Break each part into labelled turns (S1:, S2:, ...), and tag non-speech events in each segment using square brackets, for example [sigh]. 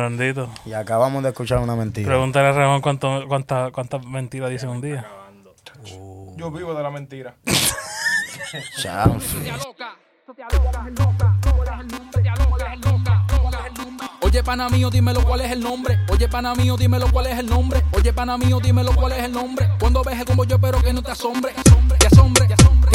S1: Bendito.
S2: Y acabamos de escuchar una mentira.
S1: Pregúntale a Ramón cuánto- cuánta- cuántas mentiras dice en un día.
S3: Yo vivo de la mentira.
S2: Chanfle.
S4: Oye, pana mío, dímelo cuál es el nombre. Oye, pana mío, dímelo cuál es el nombre. Oye, pana mío, dímelo cuál es el nombre. Cuando ves el combo, yo espero que no te asombre. Te asombre, te asombre.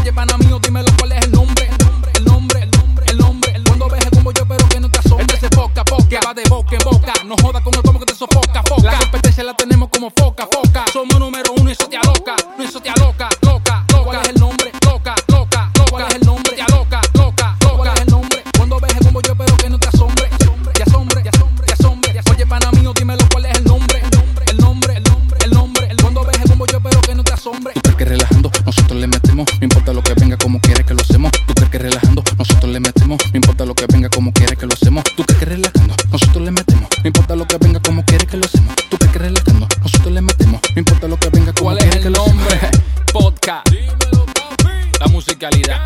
S4: Oye, pana mío, dímelo cuál es el nombre. El nombre, el nombre, el nombre. Cuando ves el combo, yo espero que no te asombre. Este se foca, foca, va de boca en boca. No joda con el combo que te sofoca, foca. La competencia la tenemos como foca, foca. Somos número uno y eso te aloca. No eso te aloca, loca, loca. ¿Cuál es el nombre? Loca, loca, loca. ¿Cuál es el nombre? Te aloca, loca, loca. ¿Cuál es el nombre? Cuando ves el combo, yo espero que no te asombre. Te asombre, te asombre, te asombre. Oye, pana mío, dímelo cuál es el nombre. El nombre, el nombre, el nombre. El Cuando ves el combo, yo espero que no te asombre.
S5: Tú crees que relajando, nosotros le metemos. No importa lo que venga, como quiera que lo hacemos. Tú crees que relajando, nosotros le metemos. No importa lo que venga, como quiera que lo hacemos. Tú crees que relajando, nosotros le metemos. No importa lo que venga, como quiera que lo hacemos. Tú crees que relajando, nosotros le metemos. No importa lo que venga, como
S4: ¿Cuál es
S5: quiera que
S4: el
S5: lo hacemos. [laughs]
S4: nombre? Podcast. La musicalidad.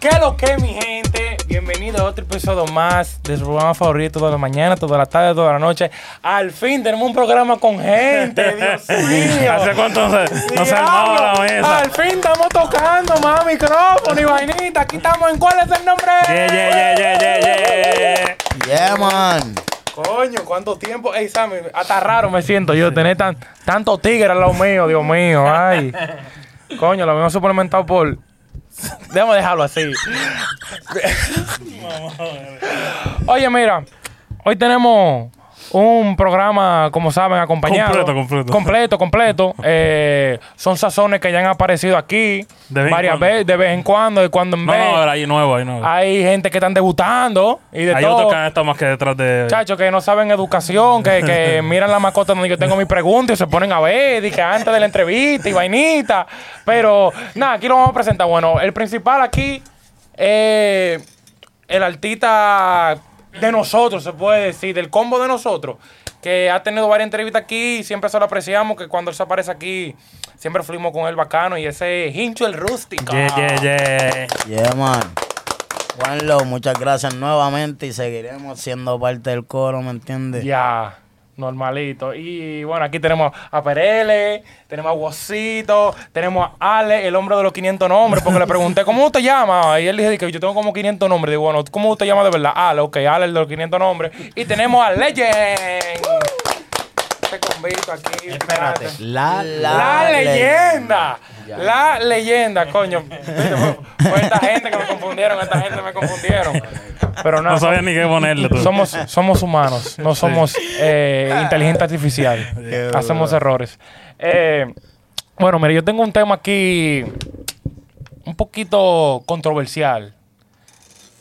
S3: ¿Qué es lo que, mi gente? Bienvenido a otro episodio más de su programa favorito toda la mañana, toda la tarde, toda la noche. Al fin tenemos un programa
S1: [laughs]
S3: con gente, [laughs] Dios mío.
S1: ¿Hace cuánto no se, no se
S3: Diablo,
S1: armaba la mesa?
S3: Al fin estamos tocando más micrófono y vainita. Aquí estamos en cuál es el nombre.
S1: Yeah, yeah, yeah, yeah, yeah, yeah, yeah.
S2: Yeah, man.
S3: Coño, cuánto tiempo. Ey, Sammy, hasta raro me siento yo tener tan, tanto tigre al lado mío, Dios mío.
S1: [laughs]
S3: Ay. Coño, lo habíamos suplementado por. Déjame
S1: [laughs]
S3: dejarlo así. Oye, mira, hoy tenemos un programa, como saben, acompañado.
S1: Completo, completo. [laughs]
S3: Completo, completo. Eh, son sazones que ya han aparecido aquí
S1: De vez en
S3: varias
S1: cuando.
S3: veces, de vez en cuando, de cuando en
S1: No,
S3: vez.
S1: no, era ahí nuevo, ahí nuevo.
S3: Hay gente que están debutando y de
S1: Hay
S3: todo.
S1: otros que han estado más que detrás de.
S3: Muchachos que no saben educación, que,
S1: [laughs]
S3: que miran la mascota donde yo tengo mis preguntas y se ponen a ver, y que antes de la entrevista y vainita. Pero nada, aquí lo vamos a presentar. Bueno, el principal aquí eh, el artista de nosotros, se puede decir, del combo de nosotros, que ha tenido varias entrevistas aquí y siempre se lo apreciamos, que cuando él se aparece aquí siempre fluimos con él bacano y ese es hincho el rústico.
S1: Yeah, yeah, yeah.
S2: Yeah, man. Juan Lo, muchas gracias nuevamente y seguiremos siendo parte del coro, ¿me
S3: [laughs]
S2: entiendes?
S3: Ya, normalito. Y bueno, aquí tenemos a Perele, tenemos a Guosito, tenemos a Ale, el hombre de los 500 nombres, porque le pregunté, ¿cómo usted llama? Y él dice que yo tengo como 500 nombres. Digo, bueno, ¿cómo usted llama de verdad? Ale, ok, Ale, el de los 500 nombres. Y tenemos a Legend. Este convito aquí. Espérate.
S2: La,
S3: La
S2: ley.
S3: leyenda. La leyenda, coño. Viste, Fue fue esta gente que me confundieron, esta gente me confundieron. [laughs] Pero nada.
S1: No sabía ni qué ponerle. tú.
S3: Somos,
S1: [laughs]
S3: somos humanos, no somos eh,
S1: [laughs]
S3: inteligencia artificial. Hacemos errores. Eh, bueno, mire, yo tengo un tema aquí un poquito controversial.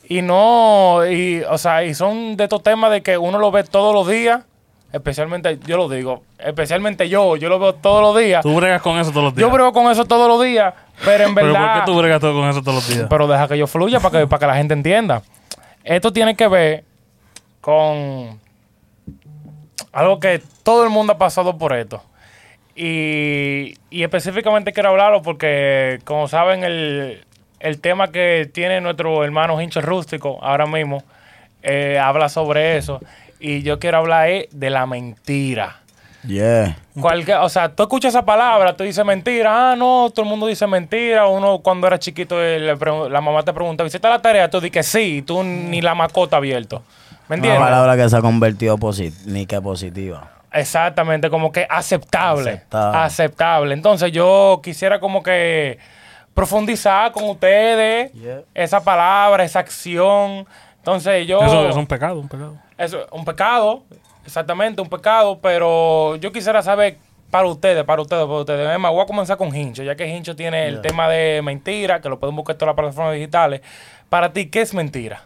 S3: Y no, y, o sea, y son de estos temas de que uno lo ve todos los días. Especialmente, yo lo digo, especialmente yo, yo lo veo todos los días.
S1: Tú bregas con eso todos los días.
S3: Yo brego con eso todos los días, pero en
S1: Pero
S3: verdad...
S1: ¿por qué tú bregas todo con eso todos los días?
S3: Pero deja que yo fluya para que, para que la gente entienda. Esto tiene que ver con algo que todo el mundo ha pasado por esto. Y, y específicamente quiero hablarlo porque, como saben, el, el tema que tiene nuestro hermano Hincho Rústico ahora mismo eh, habla sobre eso. Y yo quiero hablar eh, de la mentira.
S2: Yeah.
S3: Cualquier- o sea, tú escuchas esa palabra, tú dices mentira, ah, no, todo el mundo dice mentira. Uno cuando era chiquito, eh, le pregun- la mamá te preguntaba, ¿hiciste la tarea? Tú dices que sí, y tú ni la mascota abierto.
S2: Una
S3: ¿Me entiendes?
S2: palabra que se ha convertido posi- ni que positiva.
S3: Exactamente, como que aceptable.
S2: Aceptable.
S3: Aceptable. Entonces yo quisiera como que profundizar con ustedes
S2: Yeah.
S3: esa palabra, esa acción. Entonces yo...
S1: Eso es un pecado, un pecado.
S3: Es un pecado, exactamente, un pecado, pero yo quisiera saber para ustedes, para ustedes, para ustedes. Además, voy a comenzar con Hincho, ya que Hincho tiene el tema de mentira, que lo pueden buscar en todas las plataformas digitales. Para ti, ¿qué es mentira?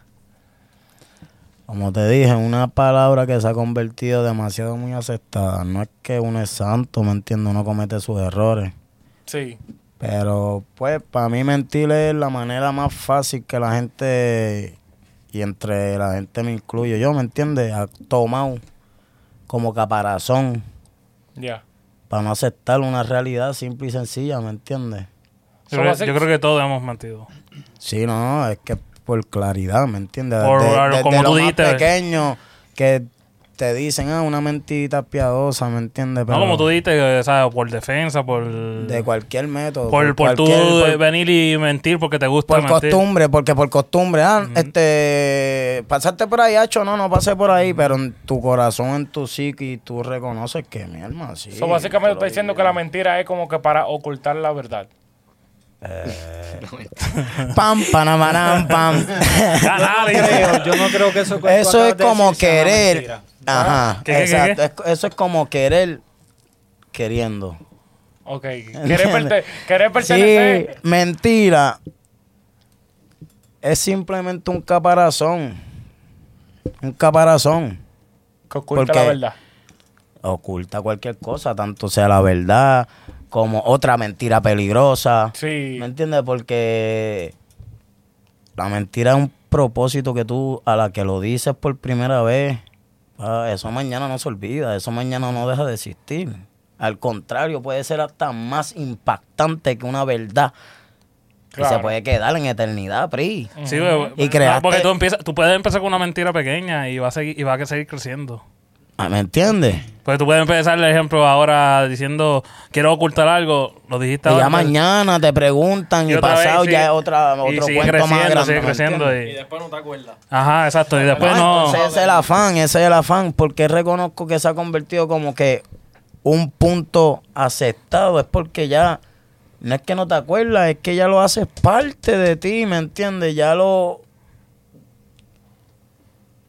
S2: Como te dije, una palabra que se ha convertido demasiado muy aceptada. No es que uno es santo, ¿me entiendes? Uno comete sus errores.
S3: Sí,
S2: Pero pues para mí mentir es la manera más fácil que la gente, y entre la gente me incluyo yo, ¿me entiendes? Ha tomado como caparazón
S3: ya.
S2: para no aceptar una realidad simple y sencilla, ¿me entiendes?
S1: Yo
S3: Somos
S1: creo,
S3: así.
S1: yo creo que todos hemos mentido.
S2: Sí, no, es que por claridad, ¿me entiendes?
S1: Por-
S2: Desde-
S1: claro,
S2: desde
S1: como
S2: lo
S1: tú
S2: más
S1: dijiste.
S2: pequeño que te dicen, ah, una mentita piadosa, ¿me entiendes? Pero
S1: no como tú dijiste, que, ¿sabes? Por defensa, por.
S2: De cualquier método.
S1: por, por tú
S2: cualquier-
S1: eh,
S2: por-
S1: venir y mentir porque te gusta
S2: por
S1: mentir.
S2: costumbre, porque por costumbre, ah, este, pasaste por ahí, hacho, no, no pasé por ahí, pero en tu corazón, en tu psiqui, tú reconoces que mi alma, sí.
S3: So, básicamente
S2: te lo
S3: está diciendo
S2: digo.
S3: que la mentira es como que para ocultar la verdad.
S2: Pam, panamanam,
S6: [laughs]
S2: pam.
S1: Ah, dale,
S6: creo, yo no creo que eso que tú
S2: Eso es
S6: acabas de
S2: como
S6: decir sea una
S2: querer.
S6: mentira.
S2: Ajá,
S1: ¿Qué, qué, qué,
S2: exacto. Es- Eso es como querer queriendo.
S3: Ok. Querer, perte- querer
S6: Pues
S2: Sí,
S3: pertenecer.
S2: mentira. Es simplemente un caparazón. Un caparazón.
S3: Que oculta la
S2: Porque-
S3: verdad.
S2: Oculta cualquier cosa, tanto sea la verdad como otra mentira peligrosa.
S3: Sí.
S2: ¿Me entiendes? Porque la mentira es un propósito que tú, a la que lo dices por primera vez, ah, eso mañana no se olvida, eso mañana no deja de existir. Al contrario, puede ser hasta más impactante que una verdad. Y
S3: Claro.
S2: se puede quedar en eternidad, Pri.
S1: Sí, güey.
S2: Y
S1: No,
S2: creaste-
S1: Porque tú, empiezas, tú puedes empezar con una mentira pequeña y va a seguir, y va a seguir creciendo.
S2: Ah, ¿Me entiendes?
S1: Porque tú puedes empezar, por ejemplo, ahora diciendo quiero ocultar algo. Lo dijiste
S2: Y ya
S1: ahora.
S2: mañana te preguntan y,
S1: otra vez,
S2: pasado
S1: sí.
S2: ya es otra, otro
S1: y sigue
S2: cuento
S1: creciendo,
S2: más grande.
S1: sigue
S2: ¿me
S1: creciendo.
S2: entiendes?
S1: y-
S6: Y después no te acuerdas.
S1: Ajá, exacto. Y después
S2: Ah,
S1: pues no.
S2: entonces ese es el afán, ese es el afán, porque reconozco que se ha convertido como que un punto aceptado, es porque ya, no es que no te acuerdas, es que ya lo haces parte de ti, ¿me entiendes? Ya lo...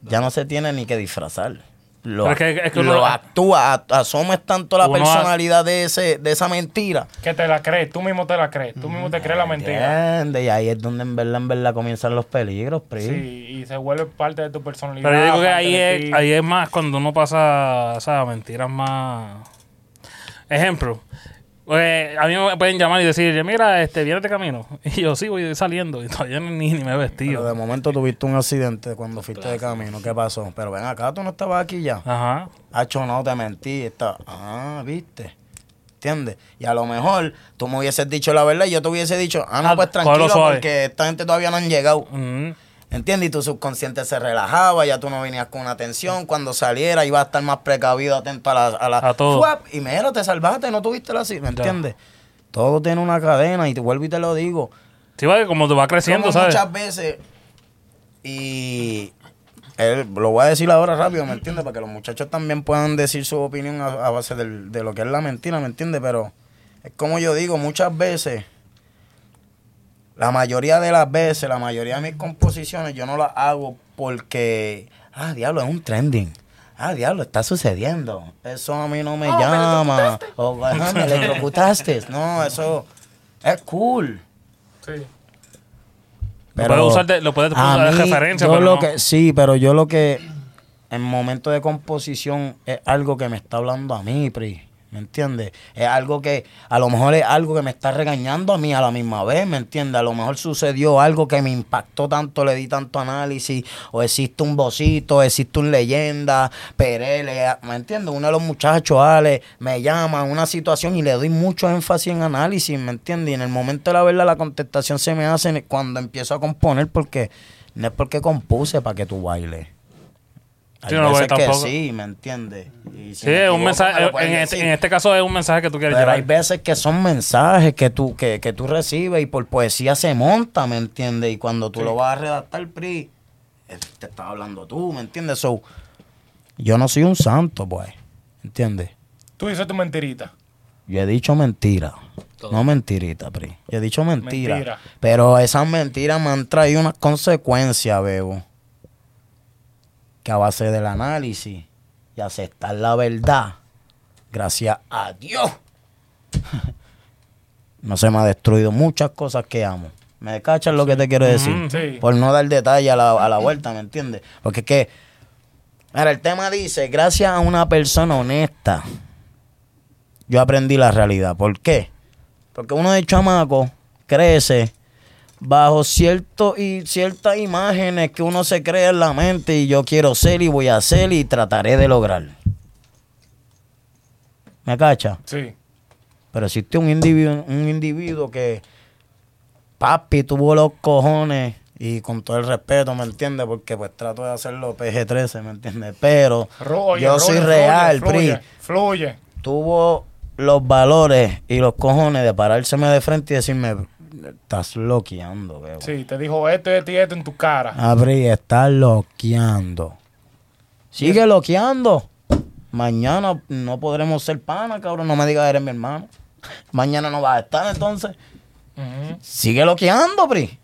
S2: Ya no se tiene ni que disfrazar. Lo,
S1: Pero es que- es que
S2: lo
S1: uno-
S2: actúa, a- asomes tanto la
S1: Uno ha-
S2: personalidad de, ese, de esa mentira.
S3: Que te la crees. Tú mismo te la crees. Tú mismo te crees la mentira.
S2: ¿Entiendes? Y ahí es donde en verdad, en verdad comienzan los peligros, Pri.
S3: Sí. Y se vuelve parte de tu personalidad.
S1: Pero yo
S6: Ah,
S1: digo que
S3: parte
S1: ahí
S3: de
S1: es,
S3: ti.
S1: ahí es más cuando uno pasa, o sea, mentiras más. Ejemplo. eh, a mí me pueden llamar y decir, mira, este, viene de camino. [laughs] Y yo sí voy saliendo y todavía ni, ni me he
S2: Pero
S1: vestido.
S2: de momento tuviste un accidente cuando fuiste de camino. ¿Qué pasó? Pero ven acá, tú no estabas aquí ya.
S1: Ajá.
S2: Hacho, no, te mentí. Está... Ah, viste. ¿Entiendes? Y a lo mejor tú me hubieses dicho la verdad y yo te hubiese dicho, ah,
S1: Ah,
S2: no, pues
S1: cógelo
S2: tranquilo,
S1: suave.
S2: porque esta gente todavía no han llegado.
S1: Mm.
S2: ¿Entiendes? Y tu subconsciente se relajaba, ya tú no venías con una tensión. Cuando saliera iba a estar más precavido, atento a la... A, la,
S1: A todo.
S2: ¡Fuap! Y mira, te salvaste, no tuviste la... ¿Me entiendes? Todo tiene una cadena y te vuelvo y te lo digo.
S1: Sí, va, como te va creciendo,
S2: Como
S1: ¿sabes?
S2: muchas veces y él- lo voy a decir ahora rápido, ¿me entiendes? Para que los muchachos también puedan decir su opinión a, a base del- de lo que es la mentira, ¿me entiendes? Pero es como yo digo, muchas veces, la mayoría de las veces, la mayoría de mis composiciones yo no las hago porque, ah, diablo, es un trending. Ah, diablo, está sucediendo. Eso a mí no me llama. O, ajá, me electrocutaste. No, eso es cool.
S3: Sí.
S1: Lo puedes usar de- lo puedes usar de
S2: a mí,
S1: referencia,
S2: yo
S1: pero
S2: lo
S1: no.
S2: que, sí, pero yo lo que en momento de composición es algo que me está hablando a mí, Pri. ¿Me entiendes? Es algo que, a lo mejor es algo que me está regañando a mí a la misma vez, ¿me entiendes? A lo mejor sucedió algo que me impactó tanto, le di tanto análisis, o existe un bocito, existe un leyenda, Perele, ¿me entiendes? Uno de los muchachos, Ale, me llama en una situación y le doy mucho énfasis en análisis, ¿me entiendes? Y en el momento de la verdad la contestación se me hace cuando empiezo a componer porque no es porque compuse para que tú bailes. Hay
S1: Sí, no,
S2: veces
S1: porque
S2: que
S1: tampoco-
S2: sí, ¿me entiendes? Y si
S1: Sí,
S2: me
S1: es
S2: equivoco,
S1: un
S2: me
S1: mensaje.
S2: lo puedes
S1: En este,
S2: decir.
S1: en este caso es un mensaje que tú quieres
S2: Pero hay
S1: llevar.
S2: veces que son mensajes que tú, que, que tú recibes y por poesía se monta, ¿me entiendes? Y cuando tú lo vas a redactar, PRI, eh, te estás hablando tú, ¿me entiendes? So, yo no soy un santo, pues, ¿entiendes?
S3: Tú dices tu mentirita.
S2: Yo he dicho mentira. No mentirita, PRI. Yo he dicho mentira.
S3: Mentira.
S2: Pero esas mentiras me han traído unas consecuencias, Bebo. Que a base del análisis y aceptar la verdad, gracias a Dios, no se me ha destruido muchas cosas que amo. ¿Me cachas lo que te quiero decir?
S3: Sí.
S2: Por no dar detalle a la, a la vuelta, ¿me entiendes? Porque es que, mira, el tema dice, gracias a una persona honesta, yo aprendí la realidad. ¿Por qué? Porque uno de chamaco crece bajo cierto y ciertas imágenes que uno se crea en la mente y yo quiero ser y voy a ser y trataré de lograr. ¿Me cacha?
S3: Sí.
S2: Pero existe un individuo, un individuo que Papi tuvo los cojones y con todo el respeto, ¿me entiendes? Porque pues trato de hacerlo PG-13, ¿me entiendes? Pero
S3: Fluye,
S2: yo
S3: fluye,
S2: soy
S3: fluye,
S2: real,
S3: fluye,
S2: Pri.
S3: Fluye.
S2: Tuvo los valores y los cojones de parárseme de frente y decirme, estás loqueando, bebo.
S3: Sí, te dijo esto, esto y esto en tu cara.
S2: Abrí, está loqueando. Sigue loqueando. Mañana no podremos ser pana, cabrón. No me digas, eres mi hermano. Mañana no vas a estar, entonces.
S3: Ujú.
S2: Sigue loqueando, Pri.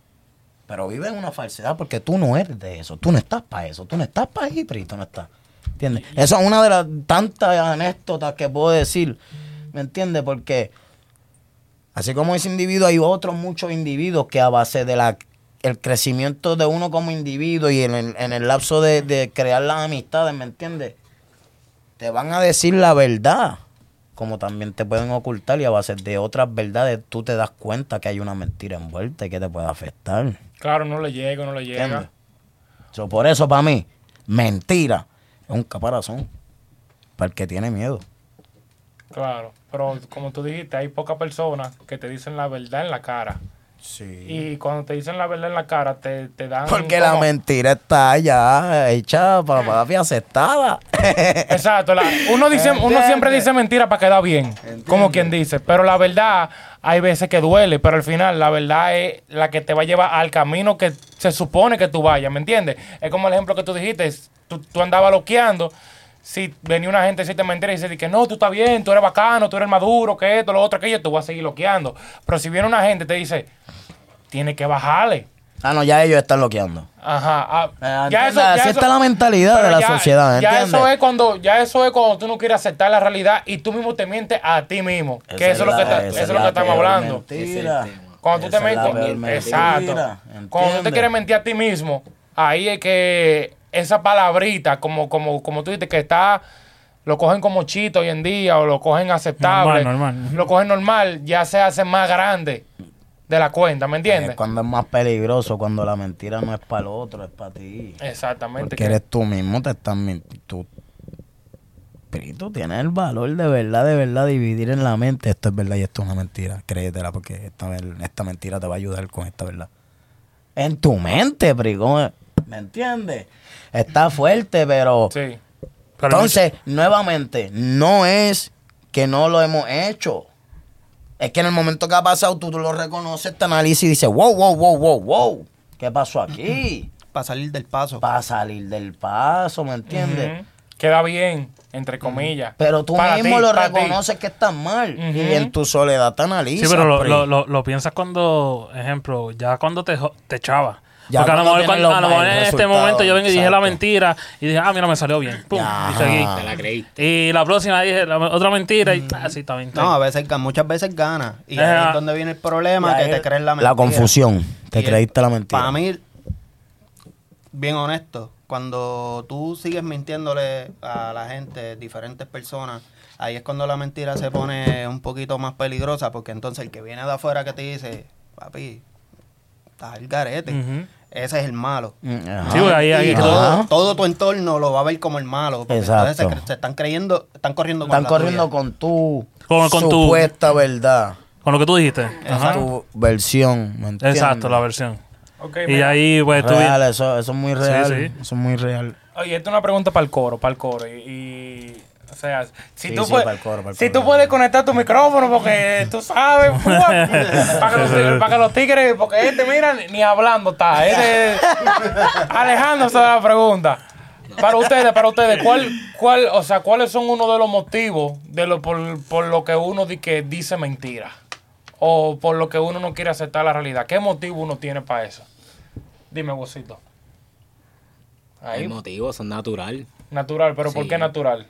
S2: Pero vive en una falsedad porque tú no eres de eso. Tú no estás para eso. Tú no estás para ahí, Pri. Tú no estás. ¿Entiendes? Esa es una de las tantas anécdotas que puedo decir. ¿Me entiendes? Porque así como ese individuo, hay otros muchos individuos que a base de la el crecimiento de uno como individuo y en el, en el lapso de, de crear las amistades, ¿me entiendes? Te van a decir la verdad, como también te pueden ocultar y a base de otras verdades tú te das cuenta que hay una mentira envuelta y que te puede afectar.
S3: Claro, no le llega, no le
S2: ¿Entiendes?
S3: llega.
S2: So, por eso para mí, mentira es un caparazón para el que tiene miedo.
S3: Claro. Pero como tú dijiste, hay pocas personas que te dicen la verdad en la cara.
S2: Sí.
S3: Y cuando te dicen la verdad en la cara, te, te dan.
S2: Porque la
S3: como-
S2: mentira está ya hecha para papi aceptada.
S3: [laughs] Exacto. la- uno, dice, uno siempre dice mentira para quedar bien. Como quien dice. Pero la verdad, hay veces que duele. Pero al final, la verdad es la que te va a llevar al camino que se supone que tú vayas. ¿Me entiendes? Es como el ejemplo que tú dijiste. es- Tú, tú andabas loqueando. Si venía una gente a decirte mentira y dice que no, tú estás bien, tú eres bacano, tú eres maduro, que esto, lo otro, aquello, tú vas a seguir loqueando. Pero si viene una gente y te dice, tiene que bajarle.
S2: Ah, no, ya ellos están bloqueando.
S3: Ajá. ah,
S2: Ah, entienda, así está la mentalidad
S3: pero
S2: de la sociedad,
S3: Ya
S2: ¿entiendes?
S3: eso, es cuando, ya eso es cuando tú no quieres aceptar la realidad y tú mismo te mientes a ti mismo. Que eso es lo que, ta- eso es lo que estamos hablando. Cuando tú te mientes. Exacto. Cuando tú te quieres mentir a ti mismo, ahí es que esa palabrita, como, como, como tú dices, que está. Lo cogen como chito hoy en día o lo cogen aceptable.
S1: Normal, normal.
S3: Lo cogen normal, ya se hace más grande de la cuenta, ¿me entiendes?
S2: Es cuando es más peligroso, cuando la mentira no es para el otro, es para ti.
S3: Exactamente.
S2: Porque eres tú mismo, te están mintiendo. Tú, Pero tú tienes el valor de verdad, de verdad, dividir en la mente esto es verdad y esto es una mentira. Créetela, porque esta, ver- esta mentira te va a ayudar con esta verdad. En tu mente, Pri, ¿cómo es? ¿me entiendes? Está fuerte, pero...
S3: Sí.
S1: Pero
S2: Entonces, nuevamente, no es que no lo hemos hecho. Es que en el momento que ha pasado, tú, tú lo reconoces, te analizas y dices, wow, wow, wow, wow, wow, ¿qué pasó
S1: [clears throat]
S2: aquí?
S7: Para salir del paso.
S2: Para salir del paso, ¿me entiendes?
S3: Ujú. Queda bien, entre comillas.
S2: Pero tú
S3: Para
S2: mismo
S3: ti,
S2: lo
S3: para ti.
S2: reconoces que estás mal.
S3: Ujú.
S2: Y en tu soledad te analizas.
S1: Sí, pero lo,
S2: Pri.
S1: lo, lo, lo piensas cuando, ejemplo, ya cuando te, jo- te echabas.
S2: Ya
S1: Porque a lo
S2: cuando
S1: mejor,
S2: tienes
S1: cuando- a
S2: los
S1: lo mejor en
S2: malos
S1: este
S2: resultados,
S1: momento yo vengo y dije la
S2: exacto.
S1: mentira y dije, ah, mira, me salió bien. Pum,
S2: Ya.
S1: y seguí.
S2: Te la
S1: Y la próxima dije la- otra mentira y,
S2: Mm.
S1: ah, sí, está bien. está
S7: No, a
S1: bien".
S7: veces, ga- muchas veces gana. Y
S1: Ajá.
S7: ahí es donde viene el problema,
S2: Ya
S7: que
S2: es
S7: te crees la mentira.
S2: La confusión. Te
S7: Y el-
S2: creíste la mentira.
S7: Para mí, bien honesto, cuando tú sigues mintiéndole a la gente, diferentes personas, ahí es cuando la mentira se pone un poquito más peligrosa, porque entonces el que viene de afuera que te dice, papi, estás al garete,
S1: Ujú.
S7: ese es el malo.
S2: Mm, ajá.
S1: Sí, porque ahí, ahí
S7: Y
S2: Ajá.
S7: todo, todo tu entorno lo va a ver como el malo. porque Entonces se,
S2: Exacto.
S7: cre- se están creyendo, están corriendo con
S2: Están
S7: la
S2: corriendo
S7: tuya.
S2: con tu
S1: Con- con tu-
S2: supuesta verdad.
S1: Con lo que tú dijiste. Ajá.
S2: Tu versión. ¿me entiendes?
S1: Exacto, la versión.
S3: Ok,
S1: y
S3: mira.
S1: ahí, pues, tú...
S2: Real, eso, eso es muy real.
S1: sí.
S2: Eso es muy real.
S3: Oye, esta es una pregunta para el coro, para el coro. Y, y- o sea, si,
S2: Sí,
S3: tú,
S2: sí,
S3: puedes,
S2: para el coro, para el
S3: si
S2: coro.
S3: tú puedes conectar tu micrófono, porque
S2: [laughs]
S3: tú sabes, púa, para que, los tigres- para que los tigres, porque este, mira, ni hablando está. Este, alejándose de la pregunta. Para ustedes, para ustedes, ¿cuál, cuál, o sea, ¿cuáles son uno de los motivos de lo, por, por lo que uno di- que dice mentira? O por lo que uno no quiere aceptar la realidad. ¿Qué motivo uno tiene para eso? Dime, vosito.
S8: Hay motivos, son natural.
S3: Natural, pero ¿por
S8: Sí.
S3: qué natural?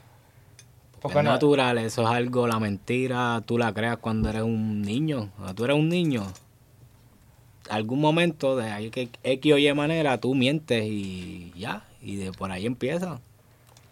S3: Porque
S8: Es
S3: na-
S8: natural, eso es algo, la mentira, tú la creas cuando eres un niño. Cuando tú eres un niño, algún momento de ahí que X o Y manera, tú mientes y ya, y de por ahí empieza.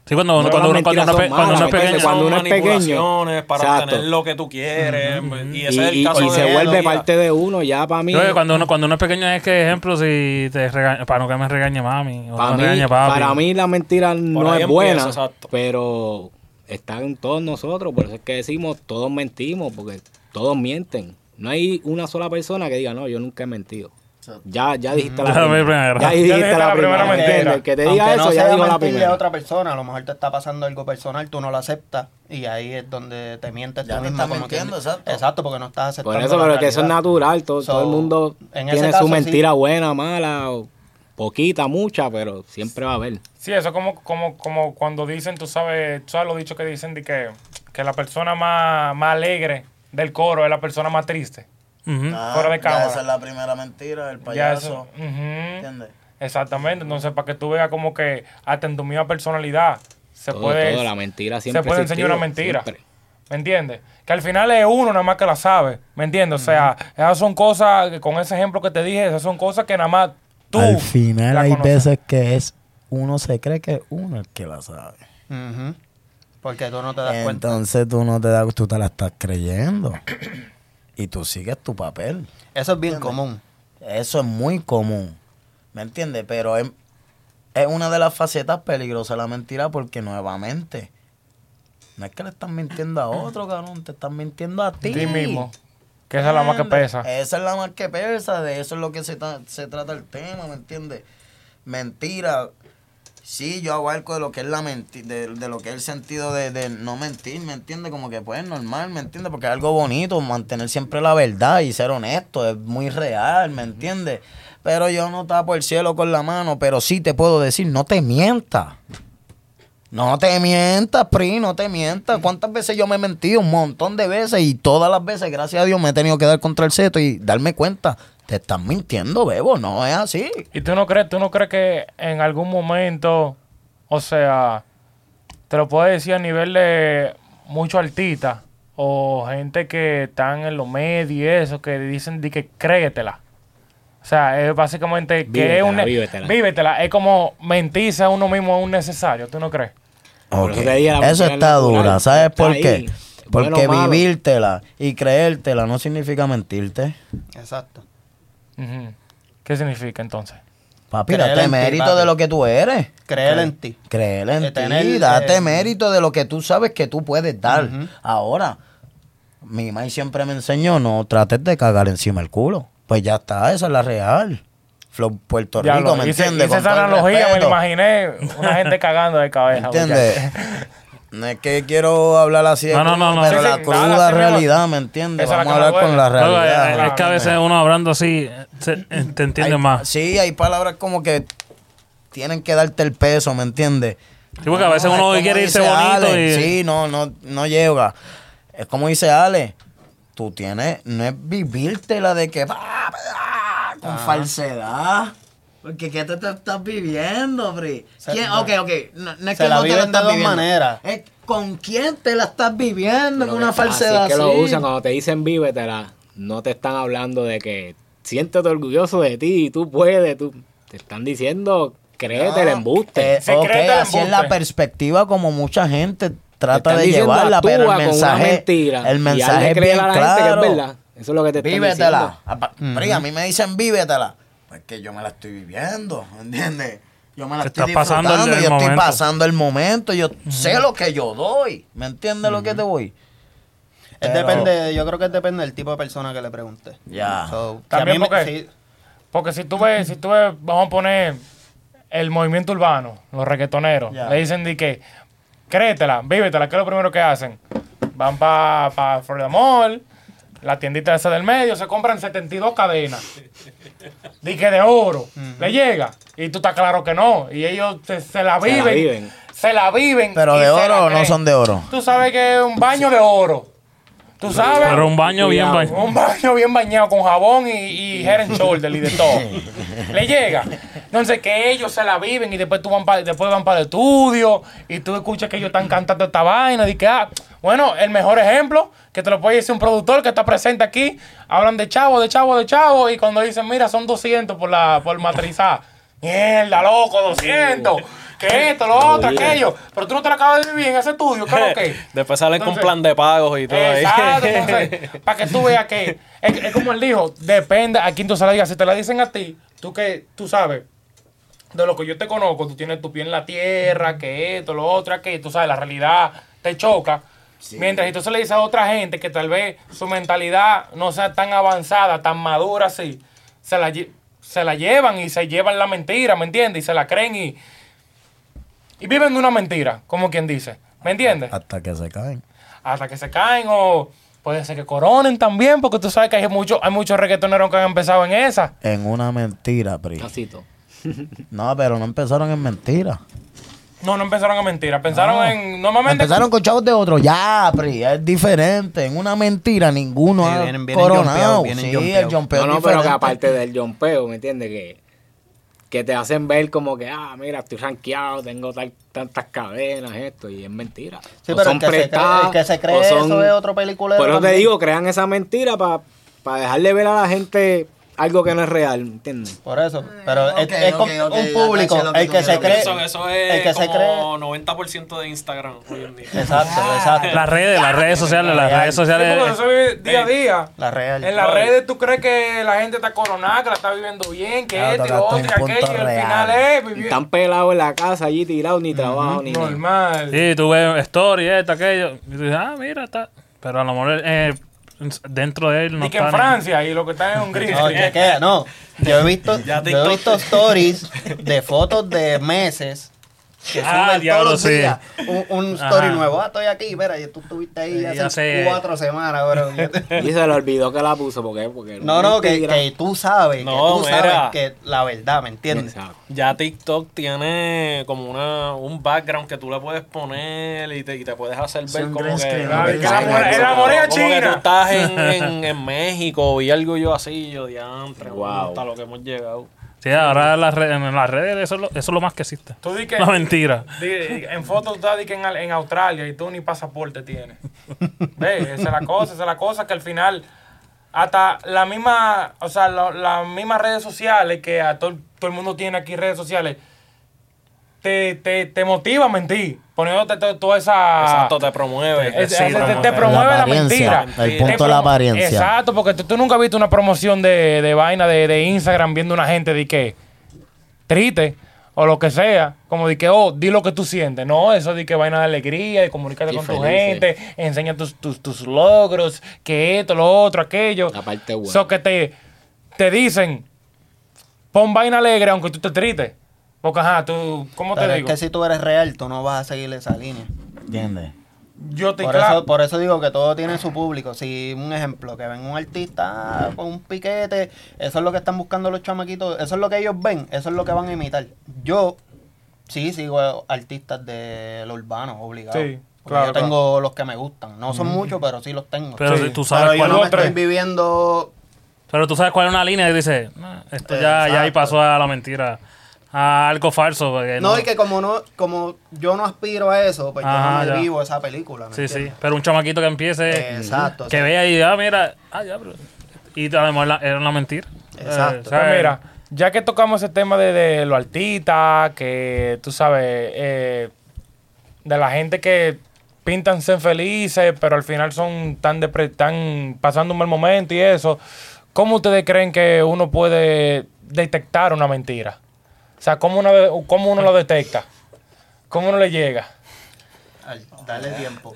S1: Sí, cuando,
S8: No,
S1: cuando,
S8: las
S1: uno, cuando,
S8: mentiras
S1: uno,
S8: son
S1: pe- cuando uno
S8: malas,
S1: es
S8: porque
S1: pequeño...
S8: cuando uno es pequeño.
S6: manipulaciones para
S8: Exacto.
S6: obtener lo que tú quieres. Y
S8: Y,
S6: ese es el
S8: y-
S6: caso
S8: y
S6: de
S8: se
S6: él,
S8: vuelve
S6: oiga.
S8: parte de uno, ya para mí.
S1: Yo creo que cuando uno, cuando uno es pequeño es que, ejemplo, si te rega- para no que me regañe mami, o
S8: Para
S1: no me
S8: mí,
S1: regañe papi.
S8: para mí la mentira
S6: Por
S8: no
S6: ahí
S8: es buena,
S6: empieza, exacto.
S8: pero está en todos nosotros. Por eso es que decimos, todos mentimos, porque todos mienten. No hay una sola persona que diga, no, yo nunca he mentido. Ya,
S3: Mm,
S8: ya dijiste la
S1: Ya la
S8: primera.
S1: primera.
S8: Ya
S1: Ya
S8: dijiste
S3: dijiste
S8: la
S3: la primera
S8: primera.
S3: mentira.
S8: ¿entiendes? El que te diga
S7: Aunque
S8: eso,
S7: no
S8: ya
S7: sea
S8: dijo la
S7: mentirle a
S8: primera.
S7: otra persona, a lo mejor te está pasando algo personal, tú no lo aceptas y ahí es donde te mientes
S2: Ya
S7: tú
S2: te
S7: mismo.
S2: estás
S7: como que-
S2: mintiendo, exacto.
S7: Exacto, porque no estás aceptando.
S8: Por eso,
S7: la
S8: pero que eso es
S7: realidad.
S8: natural. Todo,
S7: So,
S8: todo el mundo
S7: en ese
S8: tiene
S7: caso,
S8: su
S7: sí.
S8: mentira buena, mala, o poquita, mucha, pero siempre va a haber.
S3: Sí, eso es como, como, como cuando dicen, tú sabes, tú sabes lo dicho que dicen de que, que la persona más, más alegre del coro es la persona más triste.
S1: Ujú.
S2: Ah,
S3: Fuera de
S2: ya
S3: cámara.
S2: Esa es la primera mentira, el
S3: Ya
S2: payaso.
S3: eso- ujú.
S2: ¿Entiendes?
S3: Exactamente, entonces para que tú veas como que hasta en tu misma personalidad se
S8: Todo,
S3: puede...
S8: todo, la mentira siempre
S3: Se puede
S8: ha
S3: enseñar una
S8: existido,
S3: mentira.
S8: siempre.
S3: ¿Me entiendes? Que al final es uno nada más que la sabe. ¿Me entiendes? O sea, esas son cosas, que con ese ejemplo que te dije, esas son cosas que nada más tú...
S2: Al final
S3: la
S2: hay
S3: conoces.
S2: veces que es uno se cree que es uno el que la sabe.
S7: Ujú. Porque tú no te das cuenta.
S2: Entonces tú no te das, tú te la estás creyendo. y tú sigues tu papel.
S7: Eso es bien común.
S2: Eso es muy común. ¿Me entiendes? Pero es, es una de las facetas peligrosas de la mentira porque nuevamente no es que le estás mintiendo a otro, cabrón, te estás mintiendo a ti.
S3: Ti mismo. Que esa es la más que
S2: ¿Entiendes?
S3: pesa.
S2: Esa es la más que pesa, de eso es lo que se, ta- se trata el tema, ¿me entiendes? Mentira. Sí, yo abarco de lo que es la menti de, de lo que es el sentido de, de no mentir, ¿me entiendes? Como que pues normal, ¿me entiendes? Porque es algo bonito, mantener siempre la verdad y ser honesto, es muy real, ¿me entiendes? Pero yo no tapo el cielo con la mano, pero sí te puedo decir, no te mientas. No te mientas, Pri, no te mientas. ¿Cuántas veces yo me he mentido? Un montón de veces y todas las veces, gracias a Dios, me he tenido que dar contra el seto y darme cuenta. Te estás mintiendo, Bebo, no es así.
S3: ¿Y tú no crees, tú no crees que en algún momento, o sea, te lo puedo decir a nivel de muchos artistas o gente que están en los medios y eso, que dicen de que créetela? O sea, es básicamente que es
S8: Vívetela,
S3: un...
S8: vívetela.
S3: vívetela. Es como mentirse a uno mismo es un necesario, ¿tú no crees?
S8: Por eso te dije, la
S2: Eso
S8: mentira
S2: está
S8: es natural,
S2: dura, ¿sabes
S8: está
S2: por
S8: ahí.
S2: qué?
S8: Bueno,
S2: Porque
S8: malo.
S2: vivírtela y creértela no significa mentirte.
S7: Exacto.
S3: Ujú. ¿Qué significa entonces?
S2: Papi,
S7: Creer
S2: date
S7: en ti,
S2: mérito
S7: papi.
S2: de lo que tú eres.
S7: Creer en ti.
S2: Creer en
S7: De
S2: ti,
S7: tener,
S2: date
S7: eh,
S2: mérito de lo que tú sabes que tú puedes dar. Ahora, mi mamá siempre me enseñó, no trates de cagar encima el culo. Pues ya está, esa es la real. Flow Puerto
S3: Ya
S2: Rico,
S3: lo-
S2: ¿me
S3: hice,
S2: entiendes?
S3: hice
S2: Con todo
S3: esa
S2: el
S3: analogía, me lo
S2: respeto,
S3: imaginé. Una gente cagando de
S2: ¿me
S3: cabeza.
S2: entiendes?
S3: muchacho.
S2: No es que quiero hablar así de
S1: No, no, no,
S2: crudo,
S1: no.
S2: pero
S1: Sí,
S2: la
S3: sí,
S2: cruda
S3: nada, sí,
S2: realidad,
S3: no.
S2: ¿me entiendes?
S3: Esa es
S2: Vamos
S3: la
S2: a
S3: que me
S2: hablar con
S3: duele.
S2: la
S3: No,
S1: Luego,
S2: realidad.
S1: eh, es que a veces uno hablando así se- eh, te entiende
S2: Hay-
S1: más. Sí,
S2: Sí, hay palabras como que tienen que darte el peso, ¿me entiendes?
S1: porque a veces
S2: No, es
S1: uno
S2: como
S1: quiere irse
S2: dice
S1: bonito
S2: Ale,
S1: y.
S2: Sí, no, no, no llega. Es como dice Ale, tú tienes, no es vivírtela de que... ah, ah, Con falsedad. Porque ¿qué te, te estás viviendo, Bri? ¿Quién? Ok, ok. No, no es
S7: se
S2: que
S7: la
S2: no te la
S7: viven de
S2: estás
S7: dos
S2: viviendo.
S7: maneras.
S2: Es con quién te la estás viviendo, con una
S8: Así es
S2: falsedad
S8: que lo
S2: así.
S8: usan cuando te dicen vívetela. No te están hablando de que siéntete orgulloso de ti, tú puedes, tú. Te están diciendo créete el embuste.
S2: Eh,
S3: Se
S2: ok,
S3: cree que
S2: así es la
S3: embuste.
S2: perspectiva como mucha gente trata
S8: Están
S2: de
S8: diciendo,
S2: llevarla,
S8: actúa
S2: pero el
S8: con una
S2: mensaje,
S8: mentira
S2: el
S8: y
S2: mensaje
S8: hazle
S2: es
S8: creer
S2: bien
S8: a la gente que es
S2: claro.
S8: verdad. Eso es lo que te están
S2: Vívetela.
S8: diciendo.
S2: Apa- Pero a mí me dicen vívetela. Pues que yo me la estoy viviendo, [laughs] ¿entiendes? Yo me la
S1: Te
S2: estoy
S1: estás pasando el-
S2: disfrutando, yo
S1: el
S2: estoy
S1: momento.
S2: pasando el momento, yo sé lo que yo doy, ¿me entiendes lo que te voy?
S7: Es
S2: Pero-
S7: depende, yo creo que depende del tipo de persona que le pregunte.
S2: Ya.
S7: So, que a
S3: También
S7: mí me-
S3: porque,
S7: sí,
S3: porque si tú ves, si tú ves, vamos a poner el movimiento urbano, los reggaetoneros,
S2: Ya.
S3: le dicen de que créetela, vívetela, que es lo primero que hacen. Van para pa Florida Mall, la tiendita esa del medio, se compran 72 cadenas. Di que de oro. Le llega. Y tú estás claro que no. Y ellos se, se la
S8: Se la
S3: viven.
S8: viven.
S3: Se la viven.
S2: Pero
S3: y
S2: de
S3: se
S2: oro
S3: la
S2: o no
S3: creen.
S2: son de oro.
S3: Tú sabes que es un baño de oro. Tú sabes.
S1: Pero un baño bien
S8: Cuidado.
S1: bañado.
S3: Un baño bien bañado con jabón y, y head and shoulder y de
S6: [laughs]
S3: todo. Le llega. Entonces que ellos se la viven y después tú van para después van para el estudio y tú escuchas que ellos están cantando esta vaina y que ah, bueno, el mejor ejemplo que te lo puede decir un productor que está presente aquí, hablan de chavo, de chavo, de chavo y cuando dicen, "Mira, son 200 por la por matrizar." Mierda, loco, 200.
S6: [laughs]
S3: Que esto, lo otro, aquello. Pero tú no te la acabas de vivir en ese estudio, ¿qué es lo que?
S6: [laughs] Después salen
S3: Entonces-
S6: con plan de pagos y todo ahí. [laughs]
S3: Exacto, entonces, para que tú veas que es, es como él dijo, depende a quién tú se la digas. Si te la dicen a ti, tú que tú sabes de lo que yo te conozco, tú tienes tu pie en la tierra, que esto, lo otro, que tú sabes, la realidad te choca. Mientras entonces le dices a otra gente que tal vez su mentalidad no sea tan avanzada, tan madura, así, se la, lle- se la llevan y se llevan la mentira, ¿me entiendes? Y se la creen y, y viven de una mentira, como quien dice, ¿me entiendes?
S2: Hasta que se caen.
S3: hasta que se caen o puede ser que coronen también, porque tú sabes que hay muchos hay muchos reggaetoneros que han empezado en esa.
S2: En una mentira, Pri.
S8: Casi todo.
S2: No, pero no empezaron en mentira.
S3: No, no empezaron a mentir, pensaron en normalmente
S2: Empezaron con chavos de otro. Ya, Pri, es diferente. En una mentira ninguno
S7: Sí,
S2: ha
S7: vienen- vienen
S2: coronado.
S7: jumpeados, vienen
S2: sí,
S7: jumpeados.
S2: el jumpeo
S8: no, no,
S2: es
S8: pero que
S2: diferente.
S8: aparte del jompeo, ¿me entiendes? Que, que te hacen ver como que, ah, mira, estoy rankeado, tengo tal- tantas cadenas, esto, y es mentira.
S7: Sí,
S8: O
S7: pero
S8: son
S7: el que, se cree,
S8: prestadas,
S7: el que se cree
S8: o son-
S7: eso es otro peliculero.
S8: Pero te
S7: también.
S8: digo, crean esa mentira para dejarle ver a la gente algo que no es real, ¿me entiendes?
S7: Por eso. Pero es,
S2: ok,
S7: es
S2: ok,
S7: con
S2: ok,
S7: un
S2: ya
S7: público.
S2: caché lo que
S7: el
S2: tú
S7: que se
S2: quieres
S7: cree.
S2: decir.
S6: Eso, eso es
S7: el que se cree.
S6: como 90% de Instagram hoy en día.
S7: Exacto,
S3: [laughs]
S7: exacto.
S1: Las redes, las redes sociales, las redes
S3: Sí, porque
S1: sociales.
S3: eso vive día a día.
S7: La real.
S3: En las redes tú crees que la gente está coronada, que la está viviendo bien, que
S2: Claro,
S3: esto y lo
S2: tocaste
S3: otro
S2: un
S3: y aquello,
S2: punto
S3: y al
S2: real.
S3: final es vivir
S8: Están pelados en la casa allí tirados, ni trabajo, ni nada.
S3: normal.
S1: Sí, tú ves story, esto, aquello. Y tú dices, ah, mira, está. Pero a lo mejor eh, dentro de él no
S3: y que en
S1: está. ni-
S3: Francia, y lo que están en Hungría.
S7: No, chequea, no. Yo he visto, yo
S6: Ya
S7: he
S6: TikTok.
S7: visto stories de fotos de meses que suben
S1: Ah, diablo,
S7: todos los
S1: sí.
S7: días un, un story
S1: Ajá.
S7: nuevo. Ah, estoy aquí, mira, y tú estuviste ahí
S1: Sí,
S7: hace
S1: ya sé.
S7: cuatro semanas, bro.
S8: Y se le olvidó que la puso, porque... porque
S7: No, no, que,
S8: mentira.
S7: que tú sabes,
S6: No,
S7: que tú sabes
S6: mira.
S7: que la verdad, ¿me entiendes?
S8: Exacto.
S6: Ya TikTok tiene como una, un background que tú le puedes poner y te, y te puedes hacer
S2: Sí,
S6: ver
S2: un
S6: como
S2: green
S6: que...
S2: screen,
S6: como
S2: un
S6: que-
S2: green screen.
S6: como que-
S3: El amor es
S6: como que
S3: China.
S6: tú
S8: [laughs]
S6: estás en, en, en México y algo yo así, yo diantre,
S8: Wow.
S6: hasta lo que hemos llegado.
S1: Sí, ahora las redes, en las redes eso es lo, eso es lo más que existe.
S3: Tú di que,
S1: La mentira.
S3: di- di- en fotos tú estás di que en, Al- en Australia y tú ni pasaporte tienes. ¿Ves? Esa es la cosa, esa es la cosa que al final hasta la misma, o sea, lo- las mismas redes sociales que a todo, todo el mundo tiene aquí redes sociales te, te, te motiva a mentir, poniéndote to- toda esa...
S6: Exacto, te promueve.
S3: Es-
S1: Sí,
S3: es- Ah. Eh,
S1: promueve.
S3: te, te promueve
S2: La
S3: la,
S2: apariencia,
S3: mentira.
S2: el
S3: Te
S2: punto de la
S3: promu-
S2: apariencia.
S3: Exacto, porque tú, tú nunca has visto una promoción de, de vaina de, de Instagram viendo una gente de que triste o lo que sea. Como de que, oh, di lo que tú sientes. No, eso de que vaina de alegría, de comunicarte
S8: Y
S3: con tu
S8: felices.
S3: gente, enseña tus, tus, tus logros, que esto, lo otro, aquello.
S8: La parte buena.
S3: So que te, te dicen, pon vaina alegre aunque tú te triste. Porque, ajá, tú, ¿cómo
S7: Pero
S3: te
S7: es
S3: digo?
S7: que si tú eres real, tú no vas a seguir esa línea.
S2: ¿Entiendes?
S3: Yo te
S7: Por
S3: cla-
S7: eso, por eso digo que todo tiene su público. Si un ejemplo, que ven un artista ah, con un piquete, eso es lo que están buscando los chamaquitos, eso es lo que ellos ven, eso es lo que van a imitar. Yo sí sigo artistas de lo urbano, obligado.
S3: Sí,
S7: Porque
S3: claro,
S7: yo
S3: claro.
S7: tengo los que me gustan. No son muchos, pero sí los tengo.
S1: Pero
S7: Sí.
S1: si tú sabes
S7: Pero yo
S1: cuál
S7: no me
S3: otro
S7: estoy
S3: es.
S7: viviendo
S1: Pero tú sabes cuál es una línea y dices, "No, esto ya, ya ahí
S7: Exacto.
S1: pasó a la mentira, a algo falso. porque
S7: No, y que como no, como yo no aspiro a eso, pues
S1: Ajá,
S7: yo no
S1: Ah, ya.
S7: me vivo esa película. ¿me
S1: Sí, sí.
S7: entiendes?
S1: Pero un chamaquito que empiece,
S7: Eh, Exacto.
S1: que
S7: sí.
S1: vea y diga, ah, mira, ah, ya, pero. Y a lo mejor la- era una mentira. Eh,
S7: Exacto.
S1: ¿sabes?
S3: Pues mira, ya que tocamos ese tema de, de los artistas, que tú sabes, eh, de la gente que pintan ser felices, pero al final son tan depre- están pasando un mal momento y eso, ¿cómo ustedes creen que uno puede detectar una mentira? O sea, ¿cómo uno, cómo uno lo detecta? ¿Cómo uno le llega?
S7: Ay, Dale tiempo.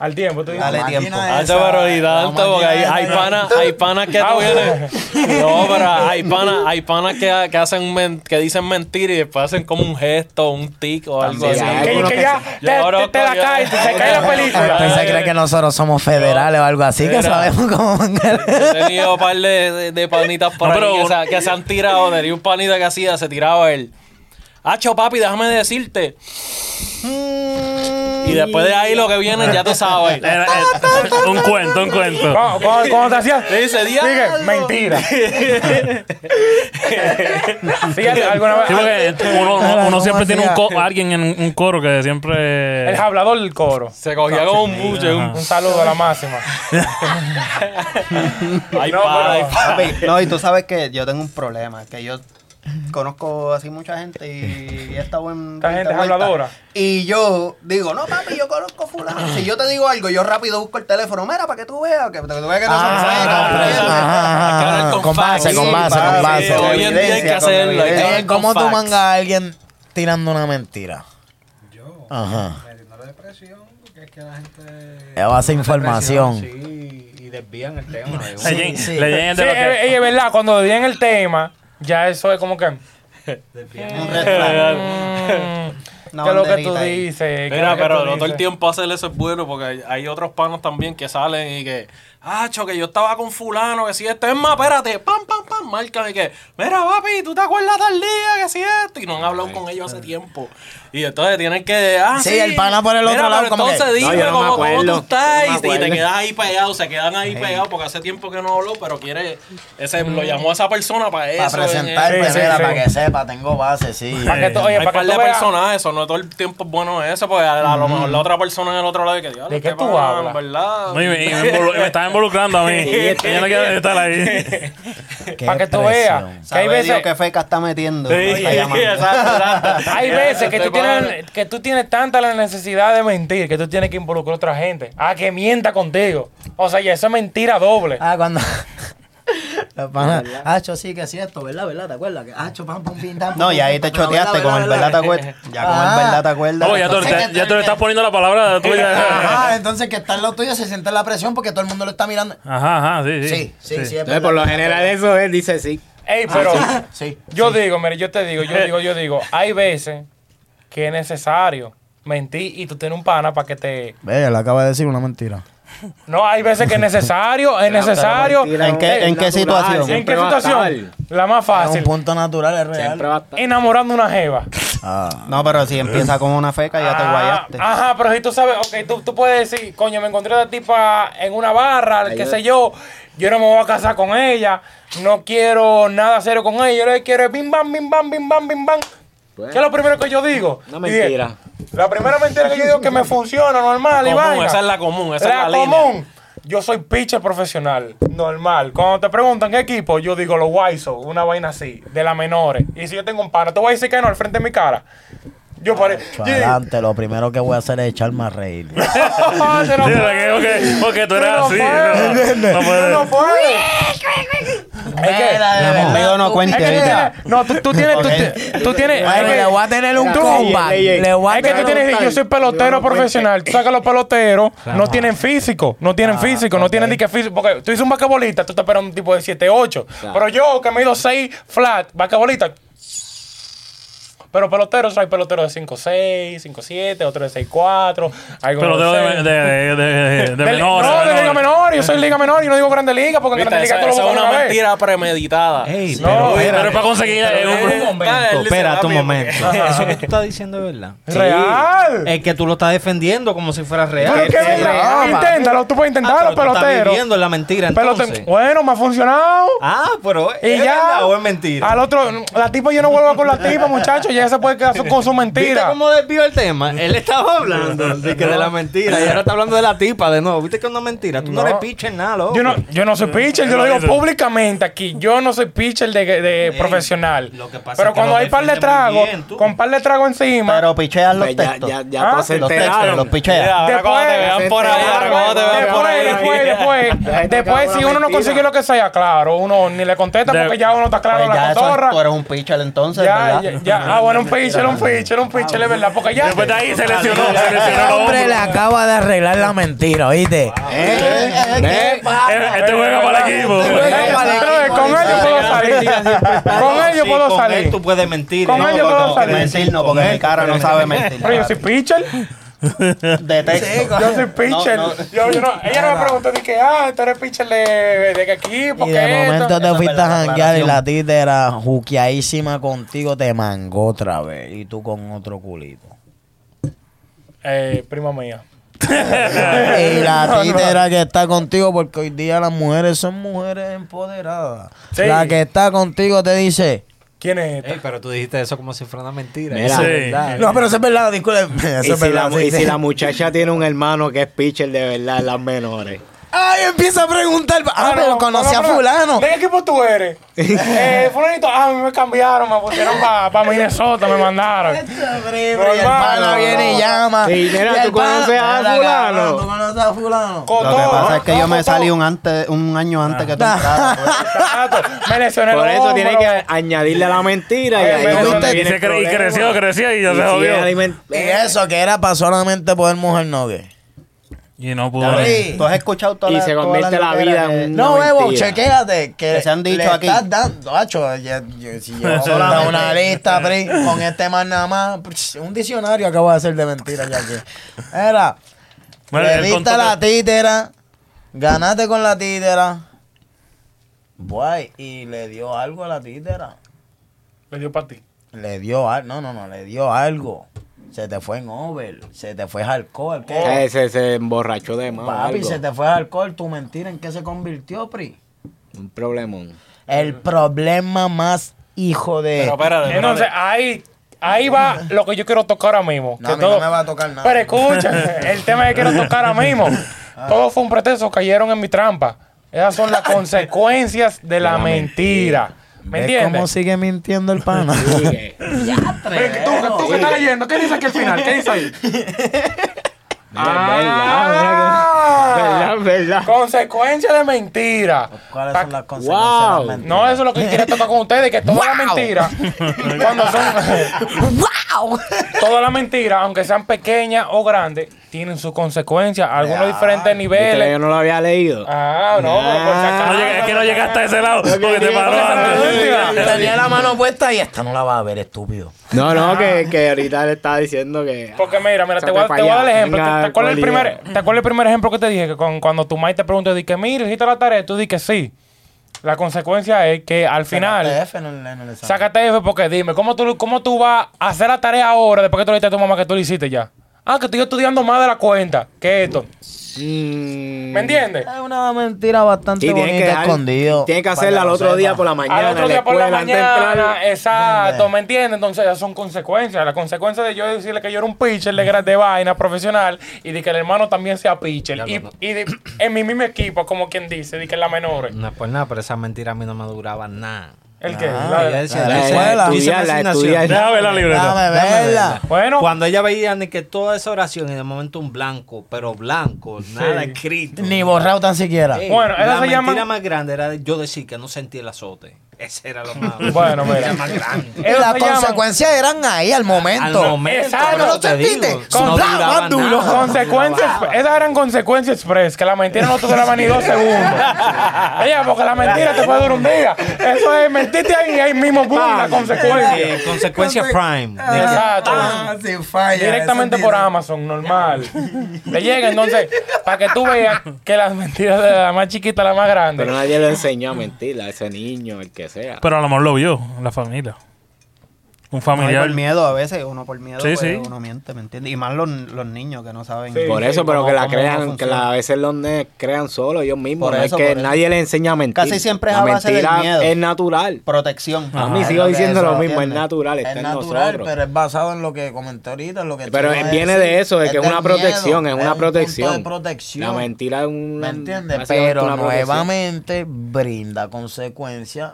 S3: Al tiempo, tú dices.
S7: Dale tiempo.
S6: Alta barbaridad, alta, porque hay, hay panas, hay panas que
S3: Ah,
S6: tú
S3: bueno.
S8: [laughs]
S6: vienes- No, pero hay panas, hay panas que, que hacen men- que dicen mentira y después hacen como un gesto, un tic o algo
S8: También
S6: así.
S8: hay
S3: Que,
S8: algunos
S3: que
S8: que
S3: ya
S6: sí.
S3: te,
S6: Yo ahora
S3: te- te la
S6: estoy-
S3: cae, te-
S6: [laughs]
S2: [laughs]
S3: se cae la
S2: Entonces
S3: película.
S2: se cree que nosotros somos federales o algo así, que
S6: Mira.
S2: sabemos
S3: [laughs]
S2: cómo
S6: He tenido un par de, de- de panitas por
S1: No,
S6: ahí
S1: pero
S6: que,
S1: un-
S6: se, que se han tirado. Tenía un panita que hacía, se tiraba él. Hacho, papi, déjame decirte. Y después de ahí lo que viene, ya tú sabes.
S1: Era- era- un cuento, un
S3: [laughs]
S1: cuento.
S3: Cuando, cuando- cuando te hacías.
S6: Ese día.
S3: Dije, mentira. Sí, alguna vez.
S1: Sí, porque uno,
S3: ah,
S1: uno- uno
S2: ¿Cómo
S1: siempre tiene un
S2: hacía?
S1: co- alguien en un coro que siempre.
S6: Eh.
S3: El hablador del coro.
S6: Se cogía como un buche. un-
S3: Un saludo a la máxima.
S6: [laughs] Ay,
S3: No,
S6: pa,
S3: pero-
S6: ay, pa.
S7: Papi, no, y tú sabes que yo tengo un problema, que yo conozco así mucha gente y, y he estado en...
S3: Esta
S7: 20
S3: gente es
S7: vueltas.
S3: habladora.
S7: Y yo digo, no, papi, yo conozco fulano. Si yo te digo algo, yo rápido busco el teléfono. Mira, para que tú veas, que, para que tú veas que no son
S2: Ah,
S6: comprendo.
S7: fake,
S6: Acá
S2: comprendo.
S6: el
S2: Ah, Con base,
S6: compadre.
S2: con
S7: Sí,
S2: base, con
S7: papi,
S2: base.
S7: con
S6: Hoy en día hay que
S7: evidencia, con
S6: hacerlo. hay que
S7: evidencia.
S6: hablar
S2: Oye, ¿Cómo
S6: con
S2: tú
S6: facts.
S2: mangas a alguien tirando una mentira? Yo. Ajá.
S9: Es que la gente.
S2: Ella va a hacer información.
S9: Sí, y desvían el tema. digo.
S1: Le llegan- le llegan
S3: Sí, eh,
S1: de lo que-
S3: es, es verdad, cuando den el tema, ya eso es como que.
S7: Un red flag.
S3: mm,
S7: [laughs] Una
S3: ¿Qué es lo que tú
S7: banderita ahí.
S3: dices? ¿Qué es lo
S6: Mira,
S3: que
S6: pero
S3: tú
S6: no todo el
S3: dices?
S6: tiempo hacer eso es bueno porque hay- hay otros panos también que salen y que, ah, cho, que yo estaba con fulano, que si esto es más, espérate, pam, pam, pam, marcan y que, mira, papi, tú te acuerdas tal día, que si esto, y no han hablado con ellos hace tiempo. Y entonces tienen que, ah, sí,
S2: Sí, el pana por el
S6: mira,
S2: otro lado,
S6: pero
S2: como que,
S6: entonces
S8: "No,
S6: dime
S8: yo no me
S6: cómo, cómo
S8: acuerdo,
S6: tú estás
S8: yo no me
S6: y te- y te
S8: acuerdo".
S6: quedas ahí pegado, se quedan ahí pegados porque hace tiempo que no habló, pero quiere, ese, lo llamó a esa persona para eso.
S2: Para presentar, pues,
S3: Sí, sí,
S2: mira,
S3: sí.
S2: para que sepa, tengo base, sí.
S3: Para que tú- oye,
S6: hay
S3: para
S6: par
S3: que
S6: de
S3: tú veas-
S6: personas, eso no todo el tiempo es bueno eso, porque a, a lo mejor la otra persona en el otro lado y que diablo,
S3: ¿De
S6: este
S3: qué tú
S6: pana,
S3: hablas?
S6: ¿Verdad?
S1: No, y
S6: [laughs]
S1: me, y me involu- y me estaba involucrando a mí. que
S7: este,
S1: yo no quiero estar
S7: [laughs]
S1: ahí.
S2: Qué
S3: Para que tú
S2: presión.
S3: veas. Que hay
S7: Sabe
S3: veces,
S7: Dios qué feca está metiendo.
S6: Sí,
S7: Está llamando.
S6: exacto, exacto. [laughs]
S3: hay veces que,
S6: Este
S3: tú
S6: pana-
S3: tienes, que tú tienes tanta la necesidad de mentir que tú tienes que involucrar a otra gente. Ah, que mienta contigo. O sea, y eso es mentira doble.
S2: Ah,
S7: [laughs]
S2: cuando. Los panas, Hacho, sí, que sí, esto, ¿verdad? ¿Verdad? ¿Te acuerdas? Que Hacho, pam, pam, pim, tam,
S7: No,
S2: pam,
S7: y ahí te
S2: pam,
S7: choteaste con el verdad te acuerdas. Ya con
S2: Ah.
S7: el verdad
S2: [laughs]
S7: te acuerdas.
S1: No, ya tú,
S7: entonces-
S1: te- ya tú le estás poniendo la palabra
S7: [laughs]
S1: tuya.
S2: Ajá, Ah, entonces que está en lo tuyo se siente la presión porque todo el mundo lo está mirando.
S1: Ajá, ajá, sí, sí.
S2: Sí, sí, sí. es
S8: Entonces,
S2: verdad.
S8: por lo general, eso él dice sí.
S3: Ey,
S6: Ah,
S3: pero
S2: Sí.
S3: [laughs] yo digo, mire, yo te
S6: [laughs]
S3: digo, yo digo, yo digo, hay veces que es necesario mentir y tú tienes un pana para que te.
S2: Ve, él acaba de decir una mentira.
S3: No, hay veces que es necesario,
S8: [laughs]
S3: es necesario.
S8: mentira
S7: ¿En qué, en qué
S8: Natural,
S7: situación?
S8: sí.
S3: ¿En qué
S8: Siempre va a
S3: situación? La más
S2: Es un
S3: fácil.
S2: punto natural, es
S8: Siempre
S2: real.
S8: va a estar.
S3: Enamorando una jeva.
S2: Ah.
S7: No, pero si empieza con una feca ya te
S3: Ah,
S7: guayaste.
S3: Ajá, pero si tú sabes, ok, tú, tú puedes decir, coño, me encontré a esta tipa en una barra, qué sé yo, yo no me voy a casar con ella, no quiero nada serio con ella, yo le quiero es bim bam, bim bam, bim bam, bim bam.
S8: Bueno.
S3: ¿Qué es lo primero que yo digo?
S8: Una
S3: Y dije,
S8: mentira.
S3: la primera mentira que yo digo que me funciona normal y
S6: Común,
S3: vaina.
S6: esa es la común, esa es la
S3: común.
S6: línea.
S3: Yo soy pitcher profesional, normal. Cuando te preguntan qué equipo, yo digo los Wiso, una vaina así, de las menores. Y si yo tengo un pana, te voy a decir que no al frente de mi cara. Yo paré.
S2: Adelante, lo primero que voy a hacer es echarme a reír.
S3: [laughs] Se nos
S1: Sí,
S3: fue.
S1: porque, porque, porque tú eras
S3: no
S1: así.
S3: puedo.
S1: No, no puedes.
S3: No puedo.
S2: Es que,
S7: Conmigo no
S3: Es
S7: cuente
S3: que tú
S7: ahorita.
S3: tienes- No, tú, tú tienes. tú ti- Tú, tienes.
S2: Bueno,
S3: es que-
S2: le voy a tener un comeback. Le voy a
S3: es que tú
S2: tener un-
S3: tienes, yo soy pelotero profesional. Tú sabes que los peloteros no tienen físico, no tienen
S2: Ah,
S3: físico, no tienen ni que físico. Porque tú dices un basquetbolista, tú te esperas un tipo de 7, 8. Pero yo, que mido 6 flat, basquetbolista. Pero peloteros, hay peloteros de 5, 6, 5, 7, otros de 6, 4.
S1: Pero de, de, de, de, de, de
S3: Del-
S1: menores.
S3: No, de
S1: menores.
S3: liga menor. Yo soy liga menor. Yo no digo grande liga porque en grande
S6: Viste,
S3: liga
S6: esa,
S3: tú lo
S6: esa es
S3: buscas
S6: una
S3: una vez.
S6: mentira premeditada.
S9: Ey,
S3: No,
S9: pero,
S1: Pero
S9: espera,
S1: es para conseguir. eh, un-
S9: Eh, momento, espera un momento. Eso que tú estás diciendo es verdad.
S3: Real.
S9: Es que tú lo estás defendiendo como si fuera real.
S3: Pero qué
S9: Es
S3: verdad.
S9: Eh, real.
S3: Inténtalo, tú puedes
S9: Ah,
S3: intentarlo,
S9: pero tú Estás
S3: pelotero.
S9: viviendo en la mentira,
S3: Pelote-
S9: entonces.
S3: Bueno, me ha funcionado.
S9: Ah, pero
S3: Y
S9: ¿es
S3: ya.
S9: verdad o es mentira?
S3: Al otro, la tipa, yo no vuelvo con la tipa, muchachos. Ya se puede quedar su- con
S9: [laughs]
S3: su
S9: ¿Viste
S3: mentira.
S9: cómo desvió el tema? Él estaba hablando de que de la mentira y ahora está hablando de la tipa de nuevo. ¿Viste que es una mentira? Tú no,
S3: No.
S9: le piches nada, loco.
S3: Yo no, yo no soy pitcher, yo lo digo públicamente aquí. Yo no soy pitcher de, de profesional.
S9: lo que pasa
S3: Pero
S9: es que
S3: cuando
S9: lo
S3: hay par de
S9: defiendes muy
S3: tragos,
S9: bien, tú.
S3: con par de tragos encima.
S7: Pero picheas los
S8: Pues ya,
S7: textos.
S8: ya, ya todos se
S7: Los textos,
S8: enteraron.
S7: los
S6: Mira,
S7: picheas.
S6: ahora cuando te vean por ahí, ahora cuando te vean por ahí.
S3: después, después, después, después, si uno no consigue lo que sea, claro, uno ni le contesta porque ya uno está claro
S7: Pues
S3: en la
S7: ya eso es-
S3: cotorra.
S7: tú eres un pitcher entonces,
S3: Ya,
S7: ¿verdad?
S3: ya, ya. Ah, bueno, un pitcher, un pitcher, un pitcher, es verdad. Porque ya.
S1: Después de ahí se lesionó. Se lesionó
S2: Este
S1: el
S2: hombre le
S1: hombro.
S2: acaba de arreglar la mentira, ¿oíste?
S7: Eh,
S8: ¿Ves?
S1: Eh, Este juega para el equipo.
S3: Con
S2: Venga, vale,
S3: él
S2: con
S3: yo
S2: él
S3: puedo
S9: La
S3: salir.
S9: mentira siempre está-
S3: Con él yo
S9: Sí,
S3: puedo
S9: con
S3: salir.
S9: él tú puedes mentir.
S3: Con él yo puedo
S7: No,
S3: salir.
S7: mentir no, porque mi cara no sabe mentir.
S3: Pero yo soy pitcher.
S7: [laughs] De texto.
S3: Yo soy pitcher.
S7: No, no.
S3: Yo, yo no, ella no me preguntó ni que, ah, tú eres pitcher de, de qué equipo,
S2: Y
S3: qué
S2: de
S3: esto.
S2: momento
S7: Eso
S2: te
S7: es
S2: fuiste a
S7: verdad,
S2: janguear y la
S7: aclaración.
S2: tita era juqueadísima contigo, te mangó otra vez. Y tú con otro
S3: [laughs]
S2: culito.
S3: Eh, prima mía.
S2: Y la tita era que está contigo porque hoy día las mujeres son mujeres empoderadas.
S3: Sí.
S2: La que está contigo te dice...
S3: ¿Quién es esta?
S9: Ey, pero tú dijiste eso como si fuera una mentira.
S8: Mira.
S9: Eso es
S1: Sí.
S9: verdad.
S2: No, pero eso es verdad, [laughs] disculpe. Eso
S8: Y
S2: es
S8: si, la,
S2: verdad,
S8: mu-
S2: sí,
S8: y si
S2: sí.
S8: la muchacha tiene un hermano que es pitcher de verdad, las menores.
S2: [laughs] Ay, empieza a preguntar. Ah,
S3: no,
S2: pero conocí
S3: no,
S2: a
S3: no, no.
S2: fulano.
S3: ¿De qué equipo
S2: [laughs]
S3: tú eres? eh, fulanito, ah, a mí me cambiaron, me pusieron para Minnesota, me mandaron.
S2: Hombre,
S3: Normal,
S2: y el pana
S3: no,
S2: viene
S3: no.
S2: y llama.
S8: Sí, mira,
S2: Y el
S8: tú conoces a
S2: pana-
S8: fulano.
S2: ¿Tú conoces a fulano?
S7: Lo que pasa es que yo me salí un antes, un año antes que tú
S3: Ah.
S7: entraras. pues.
S3: Me lesioné el
S8: Por eso tiene que
S3: hombro.
S8: a- añadirle a la mentira. Y
S3: Eh,
S8: ahí
S3: pero
S8: es donde
S3: usted-
S1: Y,
S8: viene
S1: se
S8: el
S1: cre- y
S8: problema.
S1: creció, creció y ya
S8: Y
S1: se
S8: sigue
S1: jodió.
S8: aliment-
S2: Y eso que era para solamente poder mujer nogue.
S1: Y no pudo.
S3: [laughs]
S2: Dale.
S7: pues. Tú has escuchado todas
S8: Y
S7: las-
S8: se
S7: todas
S8: convierte
S7: las
S8: la vida
S7: loqueras
S8: en
S7: que-
S8: una
S2: No, Evo,
S8: mentira.
S2: chequéate que,
S7: Que se han dicho
S2: le
S7: aquí.
S2: Estás dando, Acho, ya- yo-
S8: [laughs]
S2: si yo solamente una lista, Pri, con este más nada más, psh, un diccionario acabo de hacer de mentiras ya aquí. Era,
S1: Bueno,
S2: le
S1: él
S2: diste
S1: contó
S2: la
S1: que-
S2: títera, ganaste con la títera, guay, y le dio algo a la títera.
S3: Le dio para ti.
S2: Le dio algo, no, no, no, le dio algo. Se te fue en over, se te fue alcohol, ¿qué?
S8: Ese Eh, se emborrachó de más.
S2: Oh. Papi,
S8: Oh, algo.
S2: se te fue alcohol, tu mentira, ¿en qué se convirtió, Pri? [laughs]
S8: Un problemón.
S2: El problema más hijo de...
S6: Pero espérate, espérate.
S3: Entonces, ahí, ahí va lo que yo quiero tocar ahora mismo.
S2: No,
S3: que
S2: a mí
S3: todo-
S2: no me va a tocar nada.
S3: Pero escucha, el tema que quiero tocar ahora
S2: [laughs]
S3: mismo. Todo fue un pretexto, cayeron en mi trampa. Esas
S2: [laughs]
S3: son las consecuencias de la mentira. ¿Me
S2: ¿Ves cómo
S3: entiendes?
S2: sigue mintiendo el pana?
S8: Sigue.
S3: Pero tú, tú que estás leyendo, ¿qué dice aquí al final? ¿Qué dice ahí?
S8: verdad,
S3: Ah,
S8: verdad, verdad.
S3: Consecuencia de mentira.
S2: [laughs] ¿Cuáles
S3: Pa-
S2: son las consecuencias de las
S8: Wow.
S2: mentiras?
S3: No, eso es lo que quiero tocar con ustedes, que todas las mentiras, cuando son... Todas las mentiras, aunque sean pequeñas o grandes, tienen sus consecuencias, algunos diferentes
S8: Viste, Este, Yo
S3: niveles.
S8: no lo había leído.
S3: Ah, no, pero por si acaso.
S1: No llega- es que no llegaste a ese lado porque te paró
S3: Porque
S1: antes.
S2: Tenía la mano puesta y esta no la va a ver, estúpido.
S8: No, no, que,
S2: Ah.
S8: que ahorita le estaba diciendo que.
S3: Porque mira, mira, te voy, a- te
S8: Échate pa'
S3: voy a dar el
S8: allá.
S3: ejemplo.
S8: Venga,
S3: ¿Te, te acuerdas el
S8: cuál
S3: primer,
S8: idea?
S3: ¿Te acuerdas el primer ejemplo que te dije? Que con- cuando tu maíz te preguntó, dije, mira, hiciste la tarea, tú dijiste sí. La consecuencia es que al final...
S2: Sácate F en el- en el examen.
S3: Sácate F porque dime, ¿cómo tú, ¿cómo tú vas a hacer la tarea ahora después que tú le dijiste a tu mamá que tú lo hiciste ya? Ah, que estoy estudiando más de la cuenta que esto.
S8: Mm,
S3: ¿Me entiendes?
S2: Es una mentira bastante
S8: Sí,
S2: bonita
S8: tiene que, dar-
S2: escondido.
S8: tiene que
S2: para
S8: hacerla al
S2: lo
S8: otro
S2: sepa.
S8: día por la mañana.
S3: Al otro
S8: en
S3: día por la
S8: escuela, antes de
S3: mañana, eh,
S8: entrar.
S3: exacto, ¿me entiendes? Entonces esas son consecuencias. La consecuencia de yo decirle que yo era un pitcher de, gra- de vaina profesional y de que el hermano también sea pitcher. Y, y de- en mi mismo equipo, como quien dice, de que en la menor.
S9: No, pues nada, pero esas mentiras a mí no me duraban nada.
S3: ¿El qué?
S9: Ella
S3: La-
S9: Ah, decía,
S8: Eh, la-
S9: yo hice- yo
S2: la-
S9: hice mi
S8: estudiarla,
S9: asignación.
S8: estudiarla.
S1: Déjame
S8: [laughs]
S1: ver la libreta.
S2: Dame verla.
S3: Bueno,
S9: Cuando ella veía ni que toda esa oración y de momento un blanco, pero blanco, nada escrito.
S2: Ni borrado tan siquiera.
S9: Ey,
S3: Bueno, esa
S9: la
S3: se llama-
S9: mentira más grande era yo decir que no sentí el azote. Ese era lo más,
S3: [laughs] Bueno, mira.
S9: era más grande.
S2: Y
S3: eso
S2: las
S3: se llama-
S2: consecuencias eran ahí al
S9: Al
S2: momento.
S9: momento,
S3: Exacto.
S9: pero
S3: ¿No
S9: te
S2: sentiste?
S9: digo,
S2: Con
S9: no
S2: bla-
S9: duraba
S2: más duro.
S9: nada, no
S3: Consecuencias,
S9: duraba.
S3: esas eran consecuencias express, que la mentira no te duraba ni dos segundos. Ella, porque la mentira te puede durar un día. Eso es, mentiste ahí y ahí mismo, boom, la
S8: Ah,
S3: Eh, consecuencia.
S9: Sí, consecuencia prime.
S8: Eh,
S3: Exacto.
S2: Ah, sin falla.
S3: Directamente
S2: eso
S3: por
S2: tiene-
S3: Amazon, normal. Te llega, entonces, para que tú veas que las mentiras de la más chiquita a la más
S8: Pero
S3: grande.
S8: nadie le enseñó a mentir a ese niño, el que sea.
S1: Pero a lo mejor lo vio la familia. Un
S7: Uno
S1: familiar.
S7: por miedo a veces, uno por miedo,
S1: Sí,
S7: pues,
S1: sí.
S7: uno miente, ¿me entiendes? Y más los, los niños que no saben.
S8: Por
S7: cómo-
S8: eso, pero que la
S7: cómo
S8: crean, que
S7: funciona.
S8: la, a veces los nenes crean solo ellos mismos.
S7: Por
S8: no
S7: eso,
S8: es que
S7: por eso.
S8: nadie le enseña a mentir.
S7: Casi siempre es
S8: la
S7: a base del
S8: mentira
S7: miedo.
S8: es natural.
S7: Protección.
S8: a mí
S2: es
S8: sigo
S2: lo que
S8: diciendo
S2: es,
S8: lo
S2: ¿lo
S8: mismo, es
S7: entiendes?
S8: natural, está
S2: Es
S8: en
S2: natural,
S8: nosotros.
S2: pero es basado en lo que comenté ahorita, en lo que tú
S8: Pero
S2: vas a
S8: viene
S2: decir.
S8: de eso, de que es
S2: del
S8: una
S2: miedo,
S8: protección, es una
S2: un punto de
S8: protección.
S2: protección.
S8: La mentira es una.
S2: ¿Me
S9: Mm,
S2: entiendes?
S8: básicamente
S2: Pero
S8: una protección.
S2: nuevamente brinda consecuencias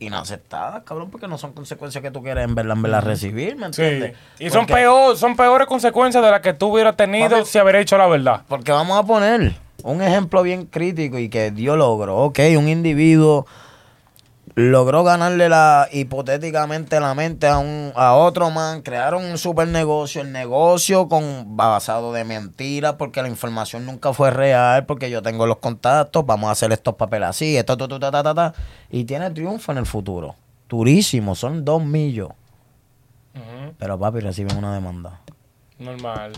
S2: inaceptadas, cabrón, porque no son consecuencias que tú quieres en verdad, en verdad recibir, ¿me
S3: Sí.
S2: entiendes?
S3: Y son,
S2: Porque-
S3: peor, son peores consecuencias de las que tú hubieras tenido si haber hecho la verdad.
S2: Porque vamos a poner un ejemplo bien crítico y que Dios logró, ok, un individuo logró ganarle la hipotéticamente la mente a un a otro man, crearon un super negocio, el negocio con basado de mentiras, porque la información nunca fue real, porque yo tengo los contactos, vamos a hacer estos papeles así, esto, tu, tu, ta, ta, ta, ta, y tiene triunfo en el futuro. Durísimo, son dos millos.
S3: Ujú,
S2: Pero papi reciben una demanda.
S3: Normal.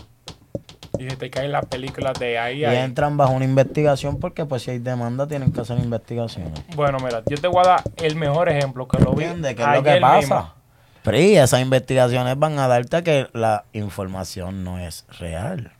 S3: Y se te caen las películas de ahí,
S2: Y
S3: ahí.
S2: entran bajo una investigación porque pues si hay demanda tienen que hacer investigaciones.
S3: Bueno, mira, yo te voy a dar el mejor ejemplo que lo vi.
S2: ¿Entiendes? ¿Qué es lo
S3: ayer
S2: que
S3: mismo.
S2: pasa?
S8: Ah,
S2: Pri, esas investigaciones van a darte que la información no es real.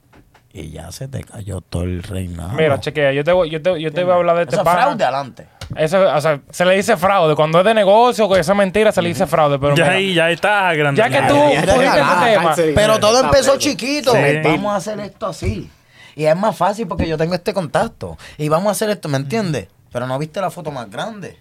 S2: Y ya se te cayó todo el reinado.
S3: Mira, chequea, yo te voy, yo te, yo te voy a hablar de este
S2: Eso es
S3: pana.
S2: fraude adelante.
S3: Eso, o sea, se le dice fraude. Cuando es de negocio, que esa mentira se le dice fraude. Pero
S1: Ya
S3: mira,
S1: ahí, ya está grande.
S3: ya que tú
S8: Ya, ya, ya,
S3: pusiste
S8: ya,
S3: ese
S8: ya,
S3: tema,
S8: cárcel.
S2: Pero todo
S8: Está
S2: empezó
S8: preso.
S2: chiquito.
S1: Sí.
S2: Vamos a hacer esto así. Y es más fácil porque yo tengo este contacto. Y vamos a hacer esto, ¿me entiendes? Pero no viste la foto más grande.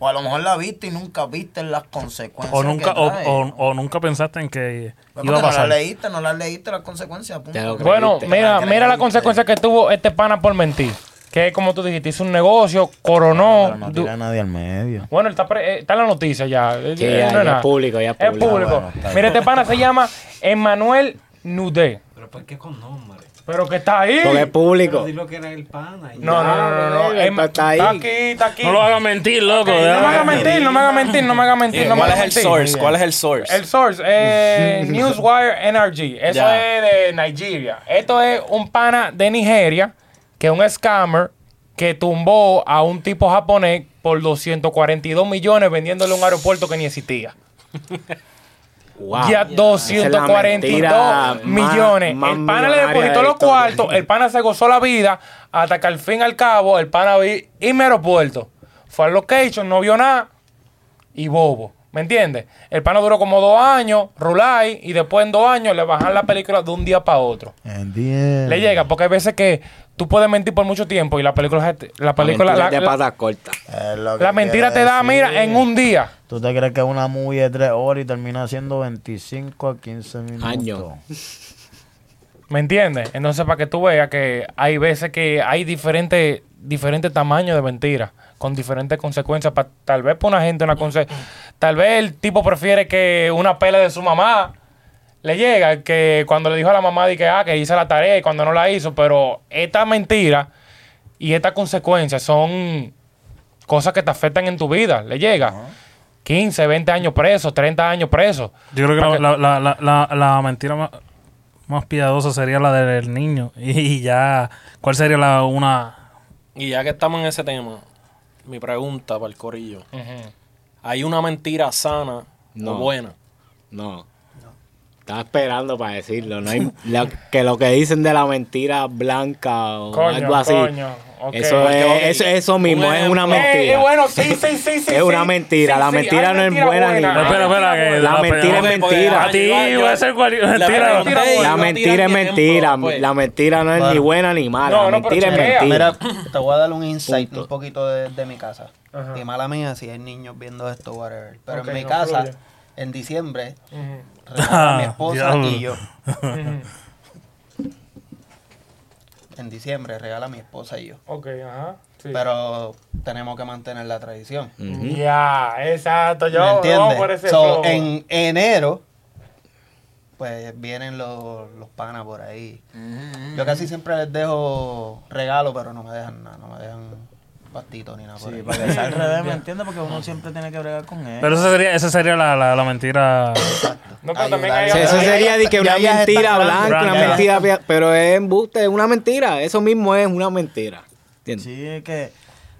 S2: O a lo mejor la viste y nunca viste las consecuencias.
S1: O nunca,
S2: que
S1: o,
S2: trae. Pues
S1: o- o nunca pensaste en que
S2: Porque
S1: iba a
S2: no la
S1: pasar.
S2: leíste, no la leíste las consecuencias. punto.
S8: Te lo creo.
S3: Bueno,
S8: Creíste.
S3: mira,
S2: Creíste.
S3: mira la consecuencia que tuvo este pana por mentir. Que como tú dijiste, hizo un negocio, coronó.
S2: Pero no
S3: du-
S2: tira a nadie al medio.
S3: Bueno, él está, pre- eh, está en la noticia ya. Eh,
S8: Sí,
S3: eh,
S8: ya,
S3: no
S8: ya es
S3: nada.
S8: público, ya es
S3: Es este
S8: público.
S3: público.
S2: Ah, bueno, está
S3: Mira, este pana se llama Emmanuel Nudé.
S10: pero ¿por qué con nombre?
S3: Pero que está ahí.
S8: Porque es
S10: Pero
S8: público.
S10: dilo que era el pana. y
S3: No, no, no, no, no.
S8: bebé,
S3: Em-
S8: está ahí.
S3: aquí, está aquí.
S1: No lo hagas mentir, loco.
S3: No me hagas
S1: déjame-
S3: mentir, no me hagas mentir, no me hagas mentir. no me
S6: ¿Cuál es
S3: hagas mentir.
S6: el source? ¿Cuál es el source?
S3: El source,
S8: [laughs]
S3: eh, Newswire NRG. Eso
S6: Ya.
S3: es de Nigeria. Esto es un pana de Nigeria, que es un scammer que tumbó a un tipo japonés por 242 millones vendiéndole un aeropuerto que ni existía.
S8: Wow.
S3: ya 242 millones. el pana le depositó los cuartos, el pana se gozó la vida, hasta que al fin y al cabo el pana vi y mi aeropuerto. Fue al location, no vio nada y bobo. ¿Me entiendes? El pana duró como dos años, rulay, y después en dos años le bajan la película de un día para otro.
S2: Mm.
S3: Le llega, porque hay veces que tú puedes mentir por mucho tiempo y la película, la película, la,
S8: de
S3: la-
S8: patas cortas.
S2: Es lo que
S3: la mentira te
S2: quiere
S3: da, mira,
S2: decir.
S3: en un día.
S2: ¿Tú te crees que una movie de 3 horas y termina siendo 25 a 15 minutos?
S8: Año.
S3: ¿Me entiendes? Entonces, para que tú veas que hay veces que hay diferentes diferentes tamaños de mentiras con diferentes consecuencias. Pa- tal vez para una gente una conse- Tal vez el tipo prefiere que una pela de su mamá le llega, que cuando le dijo a la mamá de que, ah, que hice la tarea y cuando no la hizo, pero esta mentira y estas consecuencias son cosas que te afectan en tu vida. Le llega 15, 20 años preso, 30 años preso.
S1: Yo creo que la, la, la, la, la mentira más, más piadosa sería la del niño. [laughs] Y ya, ¿cuál sería la una?
S6: Y ya que estamos en ese tema, mi pregunta para el corillo. ¿Hay una mentira sana o
S8: No.
S6: buena?
S8: No. Estaba esperando para decirlo. No hay, [laughs] lo- que lo que dicen de la mentira blanca o
S3: Coño,
S8: algo así.
S3: coño, ok.
S8: Eso, es,
S6: Ok, ok.
S8: eso, eso mismo,
S6: Un
S8: es una
S6: ejemplo.
S8: mentira.
S3: Eh, eh, bueno, sí, sí, sí, sí.
S8: [laughs] Es una
S3: sí.
S8: mentira, la mentira
S3: hay
S8: no es
S3: mentira pues.
S8: buena ni
S1: No,
S8: Ah,
S1: espera, espera. Que
S8: la
S1: pe-
S8: mentira
S1: ok,
S8: es mentira.
S1: A ti
S6: Yo-
S1: va a ser cual-
S6: La
S1: mentira.
S6: pregunta es-
S8: La
S6: no
S8: mentira
S6: tiran
S8: es
S6: mi
S8: mentira.
S6: ejemplo, pues.
S8: La mentira no es ni
S7: Bueno.
S8: buena ni mala.
S3: No,
S8: la
S3: no, pero
S8: mentira
S3: chequea.
S8: es mentira.
S7: Mira, te voy a dar un insight
S8: Punto.
S7: un poquito de, de mi casa. Y mala mía si hay niños viendo esto, whatever. Pero
S3: Ok,
S7: en mi
S3: no
S7: casa,
S3: fluye.
S7: en diciembre,
S2: [laughs]
S7: regala mi esposa
S1: Diablo.
S7: y yo. En diciembre regala mi esposa y yo.
S3: Ok, ajá. sí.
S7: Pero tenemos que mantener la tradición.
S3: Ya, exacto. Yo
S7: ¿Me
S3: vamos
S7: entiendes?
S3: por ese
S7: So,
S3: flow.
S7: en enero, pues vienen los, los panas por ahí.
S2: Mm-hmm.
S7: Yo casi siempre les dejo regalo, pero no me dejan nada, no me dejan pastito ni nada por
S2: Sí,
S7: ahí.
S2: para que
S7: [laughs]
S2: sea al revés, ¿me entiendes? Porque uno siempre tiene que bregar con él.
S1: Pero esa sería, esa sería la, la, la mentira.
S3: No, pero también
S7: Ayudar.
S3: hay
S8: Sí, Eso
S3: hay-
S8: sería de que una
S2: Ya ellas
S8: mentira
S2: están
S8: blanca, una
S1: blancas.
S8: mentira. bia- Pero es embuste, es una mentira. Eso mismo es una mentira. ¿Entiendes?
S2: Sí, es que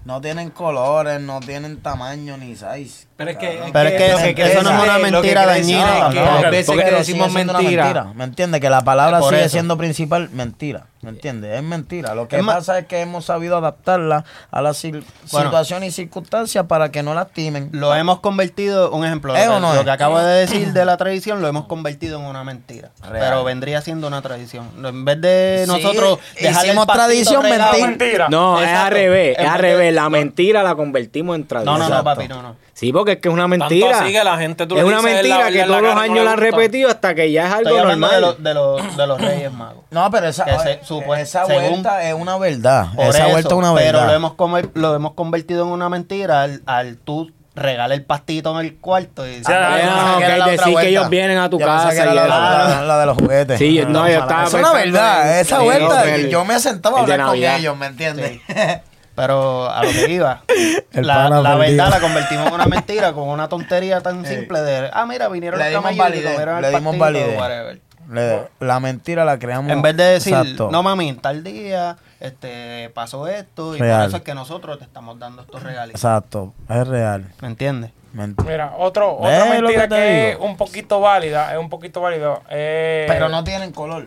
S2: no tienen colores, no tienen tamaño ni size.
S10: Pero es que-
S7: Pero es que,
S2: Lo que
S7: eso no es una
S9: quiere- lo que
S7: mentira
S9: quiere decir
S7: dañina.
S9: es que
S2: no,
S9: las veces
S2: porque
S9: que
S2: sigue
S9: decimos
S2: siendo una
S9: mentira.
S2: ¿Me entiendes? Que la palabra
S7: Por
S2: sigue
S7: eso.
S2: siendo principal mentira. ¿Me entiendes? Es mentira. Lo que
S7: Es ma-
S2: pasa es que hemos sabido adaptarla a las cir-
S7: Bueno.
S2: situaciones y circunstancias para que no lastimen.
S7: Lo hemos convertido, un ejemplo,
S2: ¿Es
S7: lo,
S2: o
S7: que-
S2: no
S7: lo
S2: es?
S7: que acabo
S2: [coughs]
S7: de decir de la tradición, lo hemos convertido en una mentira.
S2: Real.
S7: Pero vendría siendo una tradición. En vez de
S2: Sí,
S7: nosotros dejarle el
S2: hicimos
S7: pastito
S2: tradición,
S7: regado-
S2: mentira.
S3: mentira.
S8: No, es
S7: Exacto.
S8: al revés. Es
S7: En
S8: al
S7: vez de-
S8: revés. La mentira la convertimos en tradición.
S7: No, no, no,
S2: Exacto.
S7: papi, no, no.
S8: Sí, porque es que es una mentira.
S6: así que la gente, tú
S8: es
S6: le
S8: una
S6: dices, es la
S8: mentira
S6: verdad,
S8: que
S6: la
S8: todos los
S6: cara no
S8: años
S6: le
S8: la han
S6: gusta.
S8: repetido hasta que ya es algo
S7: Estoy hablando de,
S8: normal.
S7: los- de, los- de los Reyes Magos.
S2: No, pero esa,
S7: Que se-
S2: eh,
S7: supuest-
S2: esa
S7: según-
S2: vuelta es una verdad.
S7: Por
S2: esa
S7: eso,
S2: vuelta es una verdad.
S7: pero lo hemos, conver- lo hemos convertido en una mentira al, al tú regalar el pastito en el cuarto y
S1: sea,
S8: Ah,
S1: yo
S8: ok, decir que ellos vienen a tu
S2: Yo pensaba que
S8: casa
S2: era
S8: y
S2: la,
S8: eso.
S2: la- la de los juguetes.
S8: Sí, yo- no, yo estaba
S2: Eso es una
S8: pensando
S2: verdad.
S8: en-
S2: Esa
S8: sí,
S2: vuelta,
S8: no, el-
S2: yo me sentaba a
S8: el de
S2: hablar con
S8: Navidad.
S2: ellos, ¿me entiendes?
S7: [laughs] Pero a lo que iba,
S2: [laughs] El
S7: la,
S2: pana
S7: la
S2: perdido.
S7: verdad la convertimos en una mentira con una tontería tan simple de, ah, mira, vinieron
S2: Le
S7: los
S2: dimos
S7: camellos y
S2: validez,
S7: comieron el
S2: le dimos
S7: pastito",
S2: validez.
S7: whatever.
S2: Le- la mentira la creamos.
S7: En vez de decir,
S2: Exacto.
S7: no mami, tal día este, pasó esto y
S2: Real.
S7: por eso es que nosotros te estamos dando estos regalitos.
S2: Exacto, es real.
S7: ¿Me entiendes?
S2: Ment-
S3: Mira, otro,
S2: ¿Ves
S3: otra
S2: lo
S3: mentira
S2: que te
S3: que, es
S2: digo?
S3: un poquito válida. Es un poquito válida. eh,
S2: Pero no tienen color.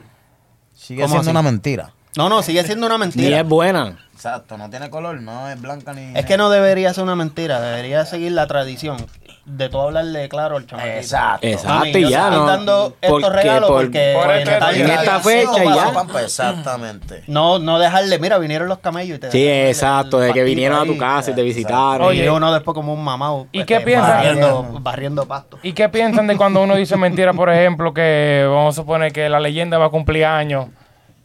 S2: Sigue
S7: ¿Cómo
S2: siendo
S7: así?
S2: una mentira.
S7: No, no, sigue siendo una
S8: Ni
S7: mentira.
S8: es buena.
S2: Exacto, no tiene color, no es blanca ni.
S7: Es que no debería ser una mentira, debería seguir la tradición de tú hablarle claro al chamaquito.
S2: Exacto.
S8: Exacto,
S7: Mami, yo
S8: y ya,
S7: te estoy
S8: ¿no?
S7: dando estos
S8: Porque
S7: regalos
S8: por-
S7: porque
S3: por
S7: en
S3: este-
S7: tal
S8: en
S7: día
S8: esta
S7: pasó,
S8: fecha y ya.
S7: pasó, pam,
S2: Pampa, Exactamente.
S7: No, no dejarle, mira, vinieron los camellos y te
S8: Sí,
S7: dejaron el-
S8: exacto.
S7: el
S8: De que
S7: patito
S8: vinieron a tu
S7: ahí,
S8: casa y te
S7: eh,
S8: visitaron.
S7: Oye, y uno después como un mamado.
S3: ¿Y qué piensan?
S7: Barriendo, barriendo pasto.
S3: ¿Y qué piensan de cuando uno dice mentira, por ejemplo, que vamos a suponer que la leyenda va a cumplir años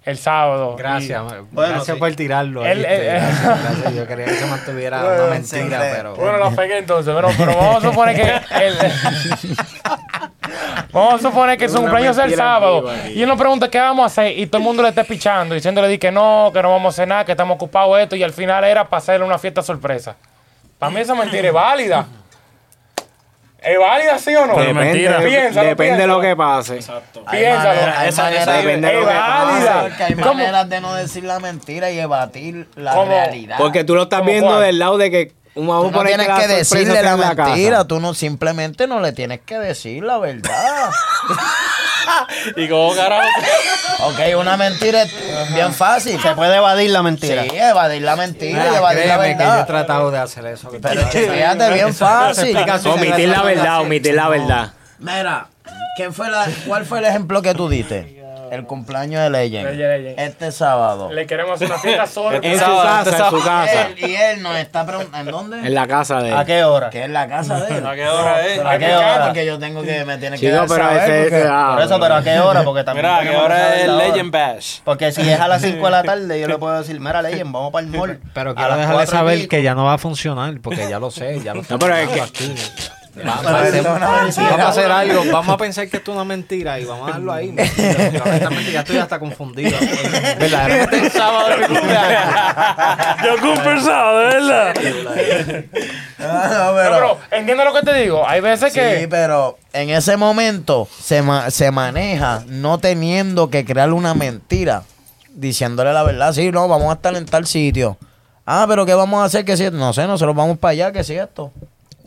S3: el sábado?
S10: Gracias,
S7: Bueno,
S10: gracias
S7: sí. eh,
S10: por tirarlo.
S3: Él-
S10: ¿viste?
S3: él-
S7: [laughs]
S10: gracias, gracias. Yo quería que se mantuviera una mentira, pero.
S8: [laughs]
S3: Bueno, la pegué entonces, pero, pero vamos a suponer que el, Vamos a suponer que su
S8: Una
S3: cumpleaños es el
S8: mentira
S3: sábado.
S8: viva aquí.
S3: Y él nos pregunta qué vamos a hacer y todo el mundo le está pichando, diciéndole di que no, que no vamos a cenar, que estamos ocupados esto y al final era para hacerle una fiesta sorpresa. Para mí esa mentira es válida. ¿Es válida sí o no?
S1: Pero mentira.
S3: Piénsalo,
S8: Depende de
S3: piénsalo.
S8: lo que pase.
S3: Piénsalo.
S2: manera-
S6: Esa-
S2: hay
S6: esa-
S2: manera-
S8: depende de lo que
S2: hay
S3: válida.
S2: manera- porque Ah, hay
S3: ¿Cómo?
S2: maneras de no decir la mentira y evadir la
S3: ¿Cómo?
S2: realidad.
S8: Porque tú lo estás
S3: ¿Cómo
S8: viendo
S3: cuál?
S8: del lado de que vamos
S2: Tú
S8: a
S2: no
S8: poner
S2: tienes
S8: la
S2: que
S8: sorpresa
S2: decirle
S8: está
S2: la
S8: en casa.
S2: mentira, tú no simplemente no le tienes que decir la verdad.
S6: Y como
S10: [laughs]
S6: carajo.
S2: ok, una mentira es bien fácil.
S7: Se puede evadir la
S2: Sí,
S7: mentira.
S2: evadir la mentira y
S8: Ah,
S10: Mira,
S2: evadir la
S10: créeme que yo he
S2: verdad.
S10: tratado de hacer eso. que
S2: Pero
S10: te-
S2: fíjate, bien fácil.
S8: Omitir la verdad, omitir la verdad.
S2: Mira, ¿quién fue la, ¿cuál fue el ejemplo que tú diste? El cumpleaños de Legend.
S3: De Legend.
S2: Este sábado.
S3: Le queremos hacer una fiesta solo.
S8: En su casa, en su casa.
S2: Él, y él nos está preguntando, ¿en dónde?
S8: En la casa de
S7: ¿A
S8: él.
S7: qué hora?
S2: Que es la casa de él.
S6: ¿A qué hora es?
S2: ¿A qué
S3: mi
S2: hora?
S3: casa.
S2: Porque yo tengo que, me tiene que
S8: Chico,
S2: dar
S8: pero
S2: saber,
S8: ese
S2: porque-
S8: ese- ah,
S7: Por eso, pero ¿a qué hora? Porque también.
S6: Mira, que
S7: tenemos
S6: ahora
S7: saber
S6: es
S7: la hora.
S6: Legend Bash.
S10: Ah,
S7: Porque si es a las 5
S10: [laughs]
S7: de la tarde, yo le puedo decir, mira, Legend, vamos para el mall.
S10: Pero
S7: A
S10: quiero
S7: las
S10: dejarle
S7: cuatro y
S10: saber
S7: pico.
S10: que ya no va a funcionar, porque ya lo sé, ya lo
S8: No,
S10: estoy
S8: pero es
S10: hablando
S8: que-
S10: aquí. Va-
S2: Pero
S10: va a ser-
S2: eso es una mentira.
S10: Vamos a hacer algo, vamos a pensar que esto es una mentira y vamos a dejarlo ahí. Honestamente, ya estoy hasta
S2: [laughs]
S10: confundido. Verdaderamente Ah, el sábado de mi cumpleaños.
S1: Yo cumplo el sábado, ¿verdad?
S2: [laughs] Ah, no,
S3: No,
S2: pero-
S3: pero entiendo lo que te digo. Hay veces
S2: Sí,
S3: que.
S2: pero en ese momento se, ma- se maneja no teniendo que crear una mentira, diciéndole la verdad, sí, no, vamos a estar en tal sitio. Ah, pero ¿qué vamos a hacer? que si No sé, nosotros vamos para allá, que si esto.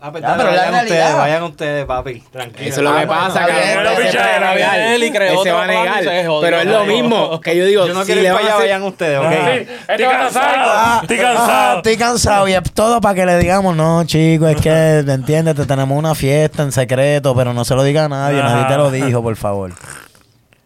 S10: Ah, pues,
S2: Ya,
S10: dale,
S2: pero la
S10: vayan ustedes,
S2: realidad.
S10: vayan ustedes, papi. Tranquilo.
S8: Eso es lo que pasa, que
S2: está bien,
S8: él
S2: pero
S8: se
S1: pichea,
S8: va a
S1: era bien
S8: negar.
S6: él y creó
S8: Él se va a
S6: otro plan y
S8: negar.
S6: se jodió
S8: Pero es lo
S6: todo.
S8: mismo que yo digo.
S10: Yo no
S8: si
S10: quiero
S8: le
S10: ir
S8: van
S10: para allá,
S8: a hacer-
S10: vayan ustedes, ok.
S3: Sí, este
S1: Estoy
S3: va a pasar.
S1: cansado. Estoy
S2: Ajá,
S1: cansado.
S2: Ah, estoy cansado y es todo para que le digamos, no, chico, es que, ¿te entiendes? Te tenemos una fiesta en secreto, pero no se lo diga a nadie,
S1: Ajá.
S2: nadie te lo dijo, por favor.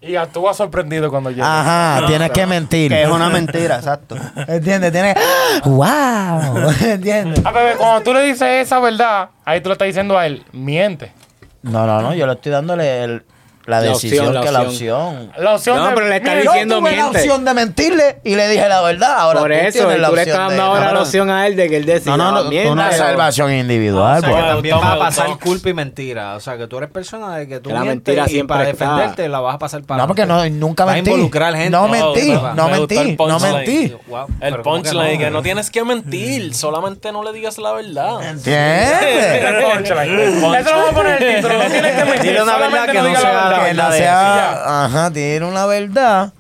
S3: Y actúa sorprendido cuando llega.
S2: Ajá, tienes que mentir.
S7: Que es una mentira, exacto.
S2: ¿Entiendes? Tienes que... ¡Wow! ¿Entiendes?
S3: Ah, bebé, cuando tú le dices esa verdad, ahí tú le estás diciendo a él, miente.
S2: No, no, no, yo le estoy dándole el- la,
S8: La
S2: decisión
S8: opción, la
S2: que la
S8: opción.
S2: opción.
S3: La opción
S8: No,
S3: de-
S8: pero le está
S3: Mira,
S2: Yo
S8: diciendo
S2: tuve la
S8: miente.
S2: opción de mentirle y le dije la verdad. Ahora
S8: Por
S2: tú
S8: eso,
S2: tienes la
S8: tú le
S2: opción
S8: estás
S2: de-
S8: dando ahora la opción a él de que él
S2: No,
S8: decida.
S2: no, no,
S8: también.
S2: una salvación individual.
S10: O sea,
S2: pues.
S10: que también
S6: Toma,
S10: va a
S6: toma.
S10: pasar culpa y mentira. O sea, que tú eres persona de que tú
S8: Que la
S10: mientes
S8: mentira
S10: y
S8: siempre
S10: para
S8: está.
S10: defenderte la vas a pasar para
S2: No, porque no,
S10: adelante.
S2: nunca
S10: Va a
S2: mentí.
S10: involucrar gente.
S2: No
S10: Oh,
S2: mentí,
S10: papá.
S2: no
S6: Me
S2: mentí,
S6: gustó el
S2: no
S6: punchline.
S2: mentí.
S10: Wow,
S6: El
S10: pero ¿cómo que
S6: punchline,
S10: no? Mm.
S6: que no tienes que mentir, solamente no le digas la verdad.
S2: ¿Entiendes?
S3: el punchline. Eso lo vamos a poner en el título. No tienes que mentir.
S10: Dile una verdad
S3: solamente
S10: que no
S3: digas la
S10: sea la
S3: verdad.
S2: Que no
S10: verdadera,
S2: sea, ajá, tiene una verdad,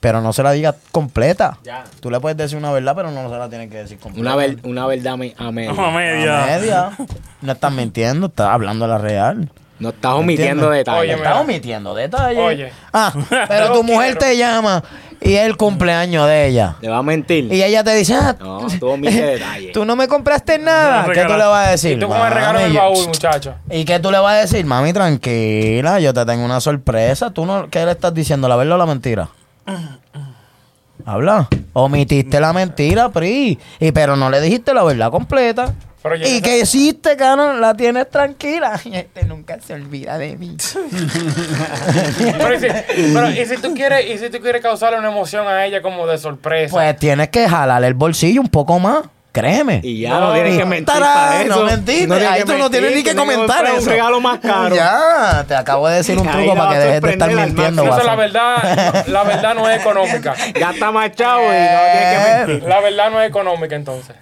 S2: pero no se la digas completa. Tú le puedes decir una verdad, pero no se la tienes que decir completa.
S8: Una, ver- una verdad me- a medio.
S1: Vamos a
S2: A
S1: media.
S2: media. No estás mintiendo, estás hablando la real.
S8: No estás omitiendo
S2: Entiendo.
S8: detalles.
S3: Oye,
S2: Estás
S3: mira.
S2: omitiendo detalles.
S3: Oye. [laughs]
S2: Ah, pero tu mujer te llama y es el cumpleaños de ella.
S8: Le va a mentir.
S2: Y ella te dice, ah,
S8: No, tú
S2: [laughs]
S8: omites detalles.
S2: tú no me compraste nada.
S1: No,
S2: ¿Qué tú
S1: regala.
S2: le vas a decir?
S3: Y tú como el regalo en el
S2: Mami,
S3: baúl,
S2: yo-
S3: muchacho.
S2: ¿Y qué tú le vas a decir? Mami, tranquila, yo te tengo una sorpresa. ¿Tú no, qué le estás diciendo? ¿La verdad o la mentira? Habla. Omitiste la mentira, Pri. Y pero no le dijiste la verdad completa.
S3: Pero yo
S2: y
S3: no
S2: que hiciste, Canon, la tienes tranquila. [laughs] Este nunca se olvida de mí.
S3: Pero, y si, pero, ¿y si tú quieres, y si tú quieres causarle una emoción a ella como de sorpresa.
S2: Pues tienes que jalarle el bolsillo un poco más. Créeme.
S8: Y ya no tienes que mentir
S2: Tarán,
S8: para eso.
S2: No mentiste.
S8: tienes
S2: Ahí
S8: que
S2: tú no
S8: mentir,
S2: tienes ni que comentar
S8: comprar
S2: eso.
S8: un regalo más caro.
S2: Ya, te acabo de decir un
S8: Ahí
S2: truco
S8: la
S2: para
S8: vas
S2: que
S8: a
S2: dejes de estar
S8: sorprender al
S2: mintiendo.
S8: máximo.
S3: Entonces la
S2: guapo.
S3: verdad, la verdad no es económica.
S8: Gasta más chavo y no
S2: Eh.
S8: tienes que mentir.
S3: La verdad no es económica entonces.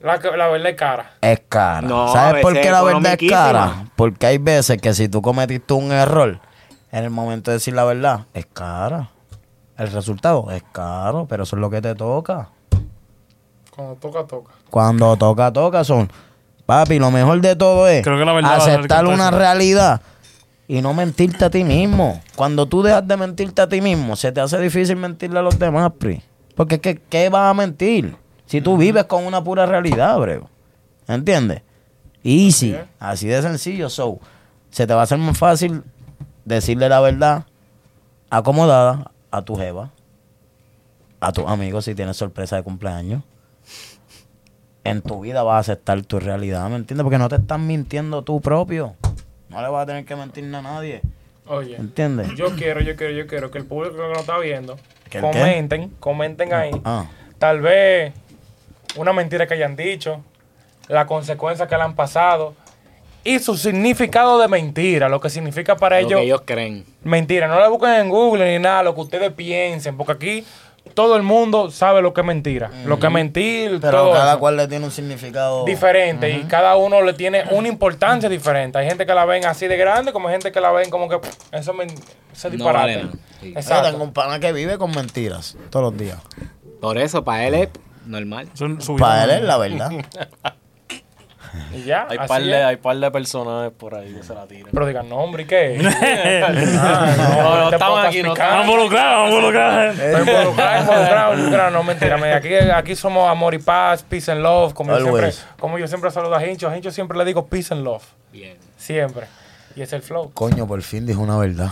S3: La, que- la verdad es cara.
S2: Es cara.
S8: No, a
S2: ¿Sabes
S8: veces
S2: por qué
S8: es
S2: la verdad es
S8: economiquísima.
S2: cara? Porque hay veces que si tú cometiste un error, en el momento de decir la verdad, es cara. El resultado es caro, pero eso es lo que te toca.
S3: Cuando toca, toca.
S2: Cuando toca, toca son. Papi, lo mejor de todo es
S1: Creo que la verdad va a ser
S2: aceptar
S1: que
S2: una
S1: entonces-
S2: realidad y no mentirte a ti mismo. Cuando tú dejas de mentirte a ti mismo, se te hace difícil mentirle a los demás, Pri. Porque es que, ¿qué vas a mentir? Si tú vives con una pura realidad, brego. ¿Entiendes? Easy. Así de sencillo. So, se te va a hacer más fácil decirle la verdad acomodada a tu jeva, a tus amigos si tienes sorpresa de cumpleaños en tu vida vas a aceptar tu realidad, ¿me entiendes? Porque no te estás mintiendo tú propio. No le vas a tener que mentir a nadie,
S3: Oye.
S2: ¿me entiendes?
S3: Yo quiero, yo quiero, yo quiero que el público que nos está viendo
S2: ¿Que el qué?
S3: comenten, comenten ahí.
S2: Ah.
S3: Tal vez una mentira que hayan dicho, la consecuencia que le han pasado. y su significado de mentira, lo que significa para
S8: Lo que
S3: ellos
S8: ellos creen.
S3: mentira. No la busquen en Google ni nada, lo que ustedes piensen, porque aquí todo el mundo sabe lo que es mentira, lo que es mentir,
S2: Pero
S3: todo
S2: cada
S3: eso.
S2: cual le tiene un significado.
S3: diferente y cada uno le tiene una importancia diferente. Hay gente que la ven así de grande, como hay gente que la ven como que "Pff, eso me ese
S8: No
S3: disparate.
S8: vale nada, sí.
S2: Yo tengo
S3: Exacto.
S2: un pana que vive con mentiras todos los días.
S8: Por eso, para él es
S2: [laughs]
S8: normal.
S1: Son su vida
S2: Para él es
S1: normal.
S2: la verdad.
S3: Y ya,
S6: Hay
S3: así
S6: par, de,
S3: es.
S6: hay par de personajes por ahí que se
S10: [laughs]
S6: la tiran.
S3: Pero digan nombre y [laughs] qué. Ah,
S6: No, no,
S3: este
S6: estamos
S3: podcast
S6: aquí, no
S1: Vamos
S3: picante.
S1: a involucrar, vamos a involucrar.
S3: Pero involucrar, involucrar, involucrar, no mentira. mira, Aquí, aquí somos amor y paz, peace and love. Como yo, siempre,
S2: Always.
S3: como yo siempre saludo a Hincho, a Hincho siempre le digo peace and love.
S8: Bien. [laughs]
S3: Siempre. Y es el flow.
S2: Coño, por fin dijo una verdad.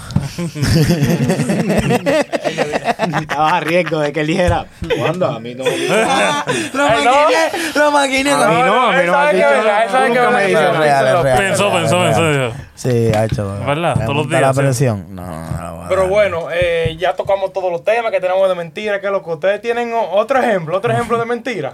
S8: Estabas a riesgo de que él dijera, ¿cuándo? A mí no me
S2: [laughs] lo
S3: Ay, no. maquiné,
S2: lo maquiné.
S3: no, a mí no me ha dicho nada. Nunca me dice
S2: real,
S3: nada.
S2: es real.
S1: Pensó,
S2: es real,
S1: pensó,
S2: es real.
S1: pensó.
S2: Sí, ha hecho.
S1: ¿Verdad?
S2: me
S1: Todos los
S2: monta
S1: días,
S2: la
S1: sí.
S2: presión. No, no, la voy a
S9: Ah,
S3: Pero
S2: dar.
S3: bueno, eh, ya tocamos todos los temas que tenemos de mentira, que lo que ustedes tienen o- otro ejemplo, otro ejemplo de mentira.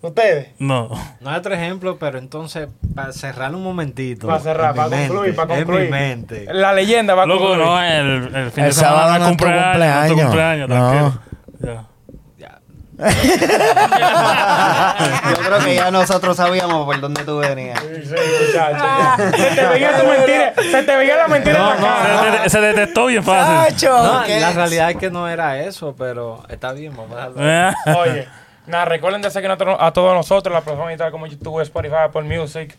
S3: Ustedes,
S1: No.
S9: No hay otro ejemplo, pero entonces, para cerrar un momentito.
S3: para cerrar,
S9: en mi mente,
S3: para concluir, para
S9: En
S3: concluir.
S9: mi mente.
S3: La leyenda va a
S1: Loco,
S3: concluir.
S1: no, eh. el, el fin de
S2: El sábado
S1: semana no
S2: no es
S1: es
S2: tu
S1: cumpleaños. No es tu
S2: cumpleaños.
S1: cumpleaños,
S2: No.
S1: tranquilo.
S7: [laughs] Yo creo que ya nosotros sabíamos por dónde tú venías.
S3: Sí, sí,
S9: [laughs]
S3: muchacho. se te veía tu mentira, se te veía la mentira [laughs] en la cara.
S1: Ya. Se, de- se detectó bien fácil.
S2: Chacho,
S9: No,
S2: ¿qué?
S9: la realidad es que no era eso, pero está bien, vamos a dejarlo.
S1: Eh. [laughs]
S3: Oye, nada, recuerden de seguir a, to- a todos nosotros, las plataformas digitales como YouTube, Spotify, Apple Music,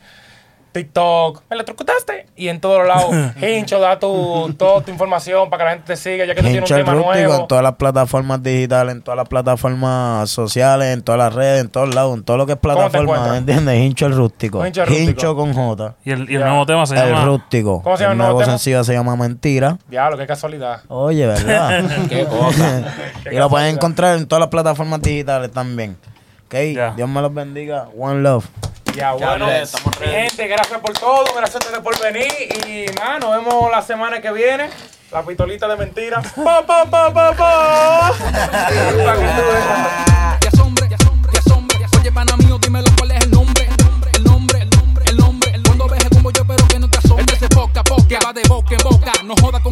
S3: TikTok. Me electrocutaste. Y en todos
S9: [laughs]
S3: lados, Hincho, da tu, toda tu información para que la gente te siga, ya que tú tienes
S2: Hincho
S3: un
S2: el
S3: tema
S2: rústico en
S3: nuevo.
S2: todas las plataformas digitales, en todas las plataformas sociales, en todas las redes, en todos lados, en todo lo que es
S3: te
S2: plataforma,
S3: encuentras?
S2: ¿entiendes? Hincho el rústico.
S3: Hincho
S2: Hincho,
S3: el rústico.
S2: con J.
S1: Y el, y el nuevo tema se
S2: El
S1: llama.
S2: rústico.
S3: ¿Cómo se llama el
S2: el
S3: nuevo
S2: nuevo
S3: tema?
S2: sencillo se llama Mentira.
S3: Diablo, qué casualidad.
S2: Oye,
S3: [laughs]
S2: ¿verdad?
S8: Qué cosa.
S2: [laughs] y lo pueden encontrar en todas las plataformas digitales también. Ok,
S1: Ya.
S2: Dios me los bendiga. One love.
S3: Ya, bueno.
S6: bless, estamos
S3: Mi gente, gracias por todo, gracias a ustedes por venir. Y nada, nos vemos la semana que viene. La pistolita de mentira. Pa, pa, pa, pa, pa. Pa' que tú veas.
S4: Te asombre, te asombre, te asombre. Oye, pana mío, dímelo cuál es el nombre. El nombre, el nombre, el nombre. Cuando veje como yo, pero que no te asombre. Este se poca, poca, va de boca en boca. No joda con